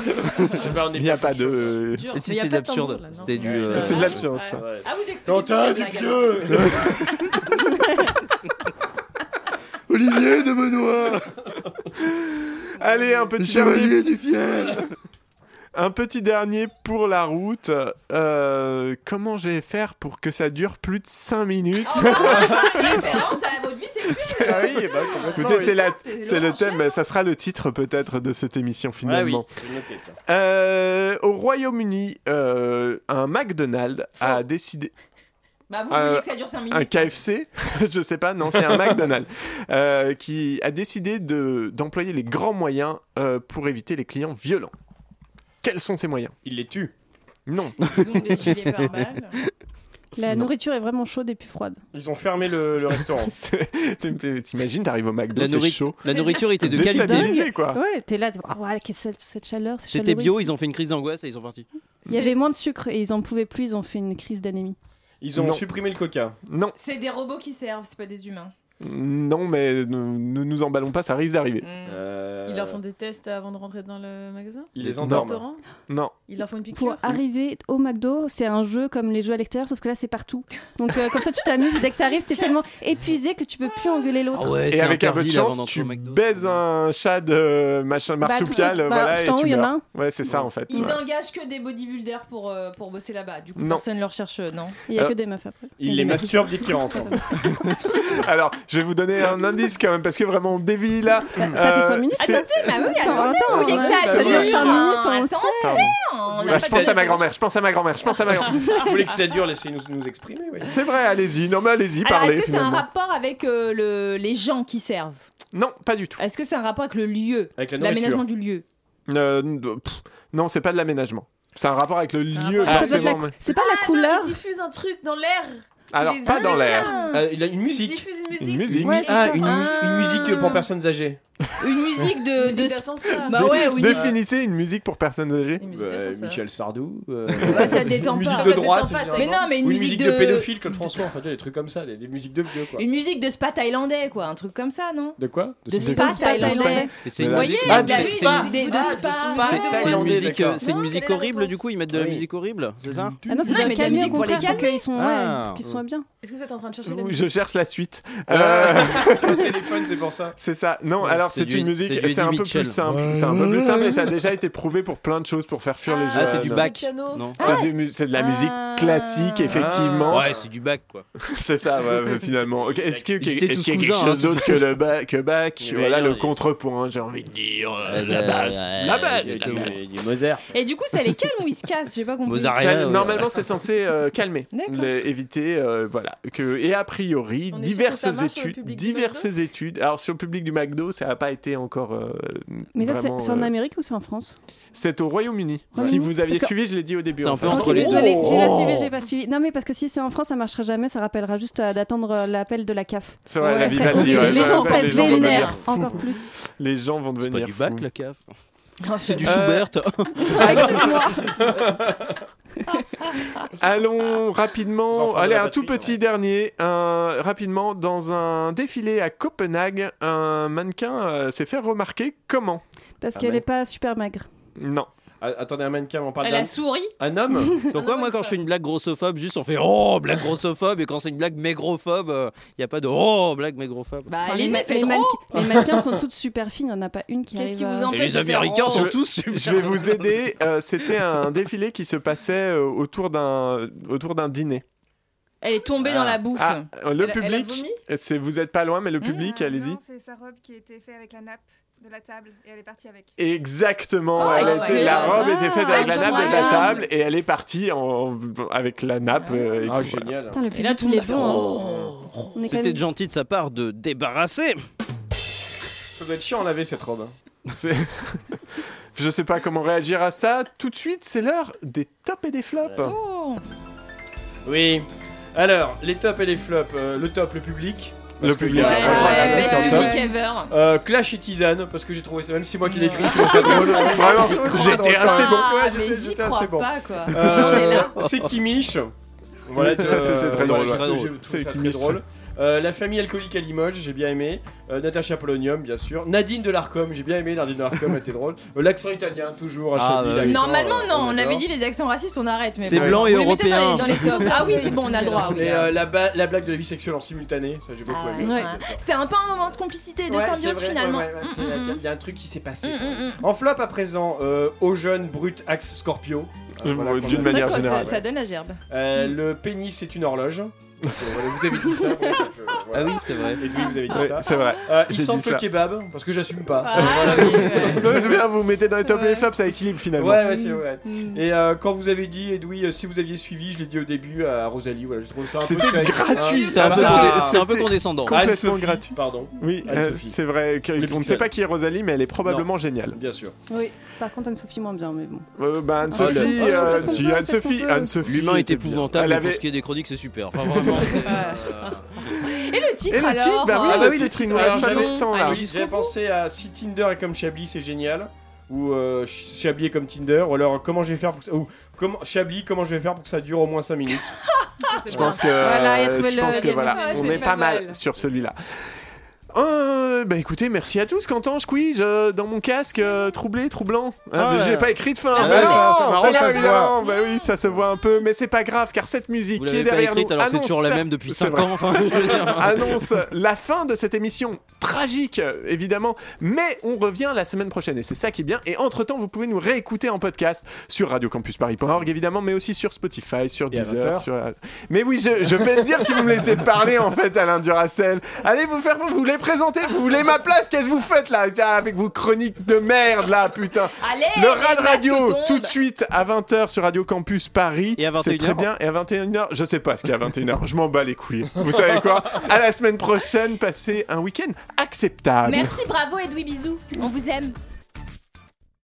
on est Il n'y a pas de. Dur. Et si Mais y a c'est de pas de tambour, l'absurde, là, non c'était du. Ouais. euh, C'est de l'absurde, ça. Ah, vous expliquez. Quentin pourquoi du la gamme. Pieux Olivier de Benoît Allez, un petit dernier. du fiel Un petit dernier pour la route. Euh, comment je vais faire pour que ça dure plus de 5 minutes Ah, bah, Référence à votre vie sexuelle. Ah oui, bah, complètement, Écoutez, oui. c'est la- C'est c'est le Laurent thème, ça sera le titre peut-être de cette émission Ah oui, finalement. j'ai noté, tiens. Euh, au Royaume-Uni, euh, un McDonald's a décidé. Bah, vous Euh, vouliez que ça dure 5 minutes. Un KFC, je sais pas, non, c'est un McDonald's euh, qui a décidé de- d'employer les grands moyens euh, pour éviter les clients violents. Quels sont ces moyens Il les tue. Non. Ils ont des gilets pare-balles. La Non. nourriture est vraiment chaude et plus froide. Ils ont fermé le, le restaurant. C'est- T'imagines, t'arrives au McDo, La, c'est nourri- chaud. la nourriture était de qualité. Déstabilisé, quoi. Ouais, t'es là, t'es- ah ouais, qu'est-ce que c'est, cette chaleur, c'est C'était bio, ils ont fait une crise d'angoisse et ils sont partis. Il y avait moins de sucre et ils en pouvaient plus, ils ont fait une crise d'anémie. Ils ont Non. supprimé le coca. Non, C'est des robots qui servent, c'est pas des humains. non, mais ne ne nous emballons pas, ça risque d'arriver. Mm. Euh, Ils leur font des tests avant de rentrer dans le magasin ils les Non. endorment. Restaurant Non. Ils leur font une Pour ah, piqûre arriver au McDo, c'est un jeu comme les jeux à l'extérieur, sauf que là c'est partout. Donc euh, comme ça tu t'amuses et dès que t'arrives, t'es tellement épuisé que tu peux plus engueuler Ah l'autre. Et avec un peu de chance, tu baises un chat de machin Bah, marsupial, tout- bah, voilà, putain, et tu oui, y en a meurs. Ouais, c'est ça en fait. Ils ouais. engagent que des bodybuilders pour, euh, pour bosser là-bas. Du coup, Non. personne ne recherche, non Il y a Euh, que des meufs après. Ils les masturbent dès qu'ils rentrent. Alors, je vais vous donner un indice quand même, parce que vraiment, on dévie là. Ça fait 5 Euh, minutes. c'est- Bah oui, Eh, Attends, attendez, attends, vous dites que ça ça dure. dure cinq minutes, on le Attends, Pardon. on Bah, n'a pas je pense de- à ma grand-mère, je pense à ma grand-mère, je pense à ma grand-mère. Vous voulez que ça dure, laissez-nous nous exprimer. ouais. C'est vrai, allez-y, non mais allez-y, Alors, parlez est-ce que c'est un finalement. rapport avec euh, le, les gens qui servent Non, pas du tout. Est-ce que c'est un rapport avec le lieu Avec la L'aménagement nourriture. du lieu Euh, pff, non, c'est pas de l'aménagement. C'est un rapport avec le lieu, Ça doit être la- forcément. mais- C'est pas la couleur. Ah, Ils diffusent un truc dans l'air Alors, les pas dans l'air. Euh, il a une Ils musique. diffusent une musique Une musique. Ouais, Ah, c'est une, ça. mu- une musique pour personnes âgées. Ah. Une musique de. Musique de... d'ascenseur. Bah ouais, ou une- Définissez une musique pour personnes âgées. Euh, Une musique Bah, d'ascenseur. Michel Sardou. euh, Bah, ça détend une pas. musique Ça de détend droite. pas, ça généralement. Mais non, mais une Ou une musique musique de de- pédophile, Claude François, enfin, tu vois, des trucs comme ça, des, des musiques de vieux quoi. Une musique de spa thaïlandais, quoi, un truc comme ça, non De quoi De spa spa thaïlandais. thaïlandais. Et C'est Mais une Vous la- musique. voyez, Ah, de c'est- la- c'est une des- des- de Ah, spa. c'est- C'est Ah, c'est une thaïlandais, musique, d'accord. euh, c'est une Non, musique quelle est la horrible, réponse du coup, ils mettent de la Oui. musique horrible, c'est ça Ah non, Non, c'est bien mais de la calmer au musique pour les contraire pour calmer. qu'ils sont, Ah. ouais, qu'ils soient bien. Est-ce que vous êtes en train de chercher la Oui, musique je cherche la suite. Euh, Le téléphone, c'est pour ça. c'est ça. Non, Ouais, alors c'est c'est du- une musique, c'est du c'est un Eddie peu Mitchell. plus simple. C'est un peu plus simple et ça a déjà été prouvé pour plein de choses, pour faire fuir les Ah, jeunes. Ah, c'est du Euh, bac. piano. Non. C'est du mu- c'est de la musique Ah. classique, effectivement. Ouais, c'est du bac quoi. C'est ça, ouais, finalement. Ok, Est-ce qu'il y a- Ah. Ils étaient est-ce tous qu'il y a quelque cousins, chose hein, d'autre que le bac, que bac Il y avait Voilà rien, le il- contrepoint, j'ai envie de dire. euh, Euh, la basse. ouais, la basse. il y a la tout. basse. Du Mozart. Et du coup, ça les calme ou ils se cassent J'ai pas compris. Mozart. Ça, Rien, ouais. normalement, c'est censé euh, calmer, D'accord. les- éviter, euh, voilà. Que, et a priori, On est sûr que diverses ça marche sur le études, public du diverses études. Alors sur le public du McDo, ça n'a pas été encore. euh, Mais là, c'est- vraiment, c'est en euh, Amérique ou c'est en France c'est au Royaume-Uni. Ouais. Si vous aviez Parce que- suivi, je l'ai dit au début. C'est un peu Ok, fait. entre les deux. désolé, j'ai pas Oh. suivi, j'ai pas suivi. Non, mais parce que si c'est en France, ça marchera jamais, ça rappellera juste euh, d'attendre euh, l'appel de la CAF. C'est vrai, Ouais, la ça- Vivaldi, ouais, les ça, gens ça, seraient les gens vont devenir vénères, fous. encore plus. Les gens vont C'est pas devenir du bac fous. la cave. Oh, c'est Du Euh, Schubert. Allons Ah. Les enfants rapidement. de Allez, la un tout patrie, petit dernier. Un, rapidement, dans un défilé à Copenhague, un mannequin euh, s'est fait remarquer. Comment Parce Ah qu'elle ouais. est pas super maigre. Non. Ah, Attendez, un mannequin, on parle Elle a d'un souri. un homme. Donc ouais, moi quand je fais une blague grossophobe, juste on fait oh blague grossophobe et quand c'est une blague maigrophobe, il y a pas de oh blague maigrophobe. Bah, Enfin, les ma- effets mannequins- les mannequins sont toutes super fines, il n'y en a pas une qui Qu'est-ce arrive euh, qui vous à- empêche Et les de faire Américains oh sont Je- tous super. Je vais vous aider. euh, C'était un défilé qui se passait euh, autour d'un autour d'un dîner. Elle est tombée dans la bouffe. Ah, le Elle a- elle a public, vomi Mmh, c'est vous êtes pas loin, mais le public, allez-y. Non, c'est sa robe qui était faite avec la nappe de la table et elle est partie avec. Exactement. Ah, elle a été- excellent. la robe était faite avec la nappe de la Incroyable. table et elle est partie en- avec la nappe. euh, et Ah, puis voilà. génial. Putain, le Et là, public, tout il le est monde bon. Oh. hein. On est quand C'était même- gentil de sa part de débarrasser. Ça doit être chiant à laver cette robe. hein. C'est- Je sais pas comment réagir à ça. Tout de suite, c'est l'heure des tops et des flops. Oui. Alors, les tops et les flops. Euh, le top, le public. Le Parce que public. il y a- Ouais, voilà, ouais, le best top, public top. ever. Ah, Euh, Clash et Tisane, parce que j'ai trouvé ça, même si moi qui l'ai écrit, je trouve ça drôle. Vraiment, j'étais assez bon. Ah, Ouais, mais j'étais- j'y j'étais crois assez bon. pas, quoi. Euh, On est là. c'est Kimish. euh, Ça, c'était très drôle, j'ai ouais. trouvé drôle. ça C'est très Kimish, drôle. ouais. Euh, la famille alcoolique à Limoges, j'ai bien aimé. Euh, Natacha Polonium, bien sûr. Nadine de l'Arcom, j'ai bien aimé Nadine de l'Arcom, elle était drôle. Euh, L'accent italien, toujours à Ah, Chablis, bah oui. l'accent, Normalement, euh, non, on avait adore. dit les accents racistes, on arrête. mais C'est bon. blanc et On les mettait européen. Dans les, dans les tops. Ah oui, c'est bon, on a le droit. oui. Et euh, la, ba- la blague de la vie sexuelle en simultané, ça j'ai beaucoup aimé. Ouais. C'est un peu un moment de complicité, de Ouais, c'est symbiose vrai, finalement. ouais, ouais, ouais, c'est- Il y a un truc qui s'est passé. Mm, mm, mm. En flop à présent, euh, au jeune brut axe Scorpio. Euh, Je vois, qu'on d'une a- C'est vrai manière que ça- générale, ça, Mm. ouais. donne la gerbe. Euh, Le pénis c'est une horloge. Euh, voilà, vous avez dit ça. vous- je- voilà. Ah oui, c'est vrai. Edoui, vous avez dit Ouais, ça. c'est vrai. Euh, il J'ai sent dit le ça. kebab parce que j'assume pas. Ah, Voilà. Non, mais c'est bien, vous mettez dans les tops et les flops, ça équilibre finalement. Ouais, ouais, c'est vrai. Mm. Et euh, quand vous avez dit, Edoui, euh, si vous aviez suivi, je l'ai dit au début à Rosalie, voilà, je trouve ça un peu C'était sec, gratuit, hein. C'est un peu Ah, condé- bah, c'est un peu c'était condescendant. complètement Anne-Sophie, gratuit. Pardon. Oui, euh, Anne-Sophie. c'est vrai. que- Les On ne pixels. sait pas qui est Rosalie, mais elle est probablement géniale. Bien sûr. Oui, par contre, Anne-Sophie, moins bien, mais bon. Euh, bah, Ah, Anne-Sophie, Oh, le- euh, oh, parce qu'on si, peut, parce Anne-Sophie, qu'on peut. Anne-Sophie. L'humain est était bien. épouvantable, Elle mais avait- pour ce qui est des chroniques, c'est super. Enfin, vraiment, c'est, euh, Et le titre Et le alors titre, bah oui, hein. le titre, il nous Alors, reste pas j'avais- longtemps là. allez, Oui, jusqu'au J'ai bout. pensé à si Tinder est comme Chablis, c'est génial. Ou euh, Ch- Chablis est comme Tinder. Ou alors comment je vais faire pour que ça- ou comment Chablis, comment je vais faire pour que ça dure au moins 5 minutes. Je pense que, Voilà, il a trouvé je le- pense que le voilà, gamin. on Ouais, est c'est pas pas mal, mal. sur celui-là. Euh, bah écoutez, merci à tous. Quentin, je couige euh, dans mon casque, euh, troublé, troublant. Hein, Ah mais ouais. J'ai pas écrit de fin. Ah bah ouais, non, ça- ça bah marche, non, ça se évidemment, Bah oui, ça se voit un peu, mais c'est pas grave car cette musique vous qui est l'avez pas derrière écrite nous alors que c'est annonce toujours la ça- même depuis C'est 5 vrai. ans. Enfin, je veux dire. annonce la fin de cette émission tragique, euh, évidemment, mais on revient la semaine prochaine et c'est ça qui est bien. Et entre-temps, vous pouvez nous réécouter en podcast sur radiocampusparis.org, évidemment, mais aussi sur Spotify, sur Et à Deezer. 20h. Sur... Mais oui, je, je vais le dire si vous me laissez parler, en fait, Alain Duracel. Allez vous faire, vous voulez présenter, vous voulez ma place, qu'est-ce que vous faites là, avec vos chroniques de merde là, putain. Allez, Le Rad les Radio, mastodontes. tout de suite à 20h sur Radio Campus Paris. Et à C'est 21h. très bien. Et à 21h, je sais pas ce qu'il y a à 21h. Je m'en bats les couilles. Vous savez quoi À la semaine prochaine, passez un week-end acceptable. Merci, bravo Edoui, bisous. On vous aime.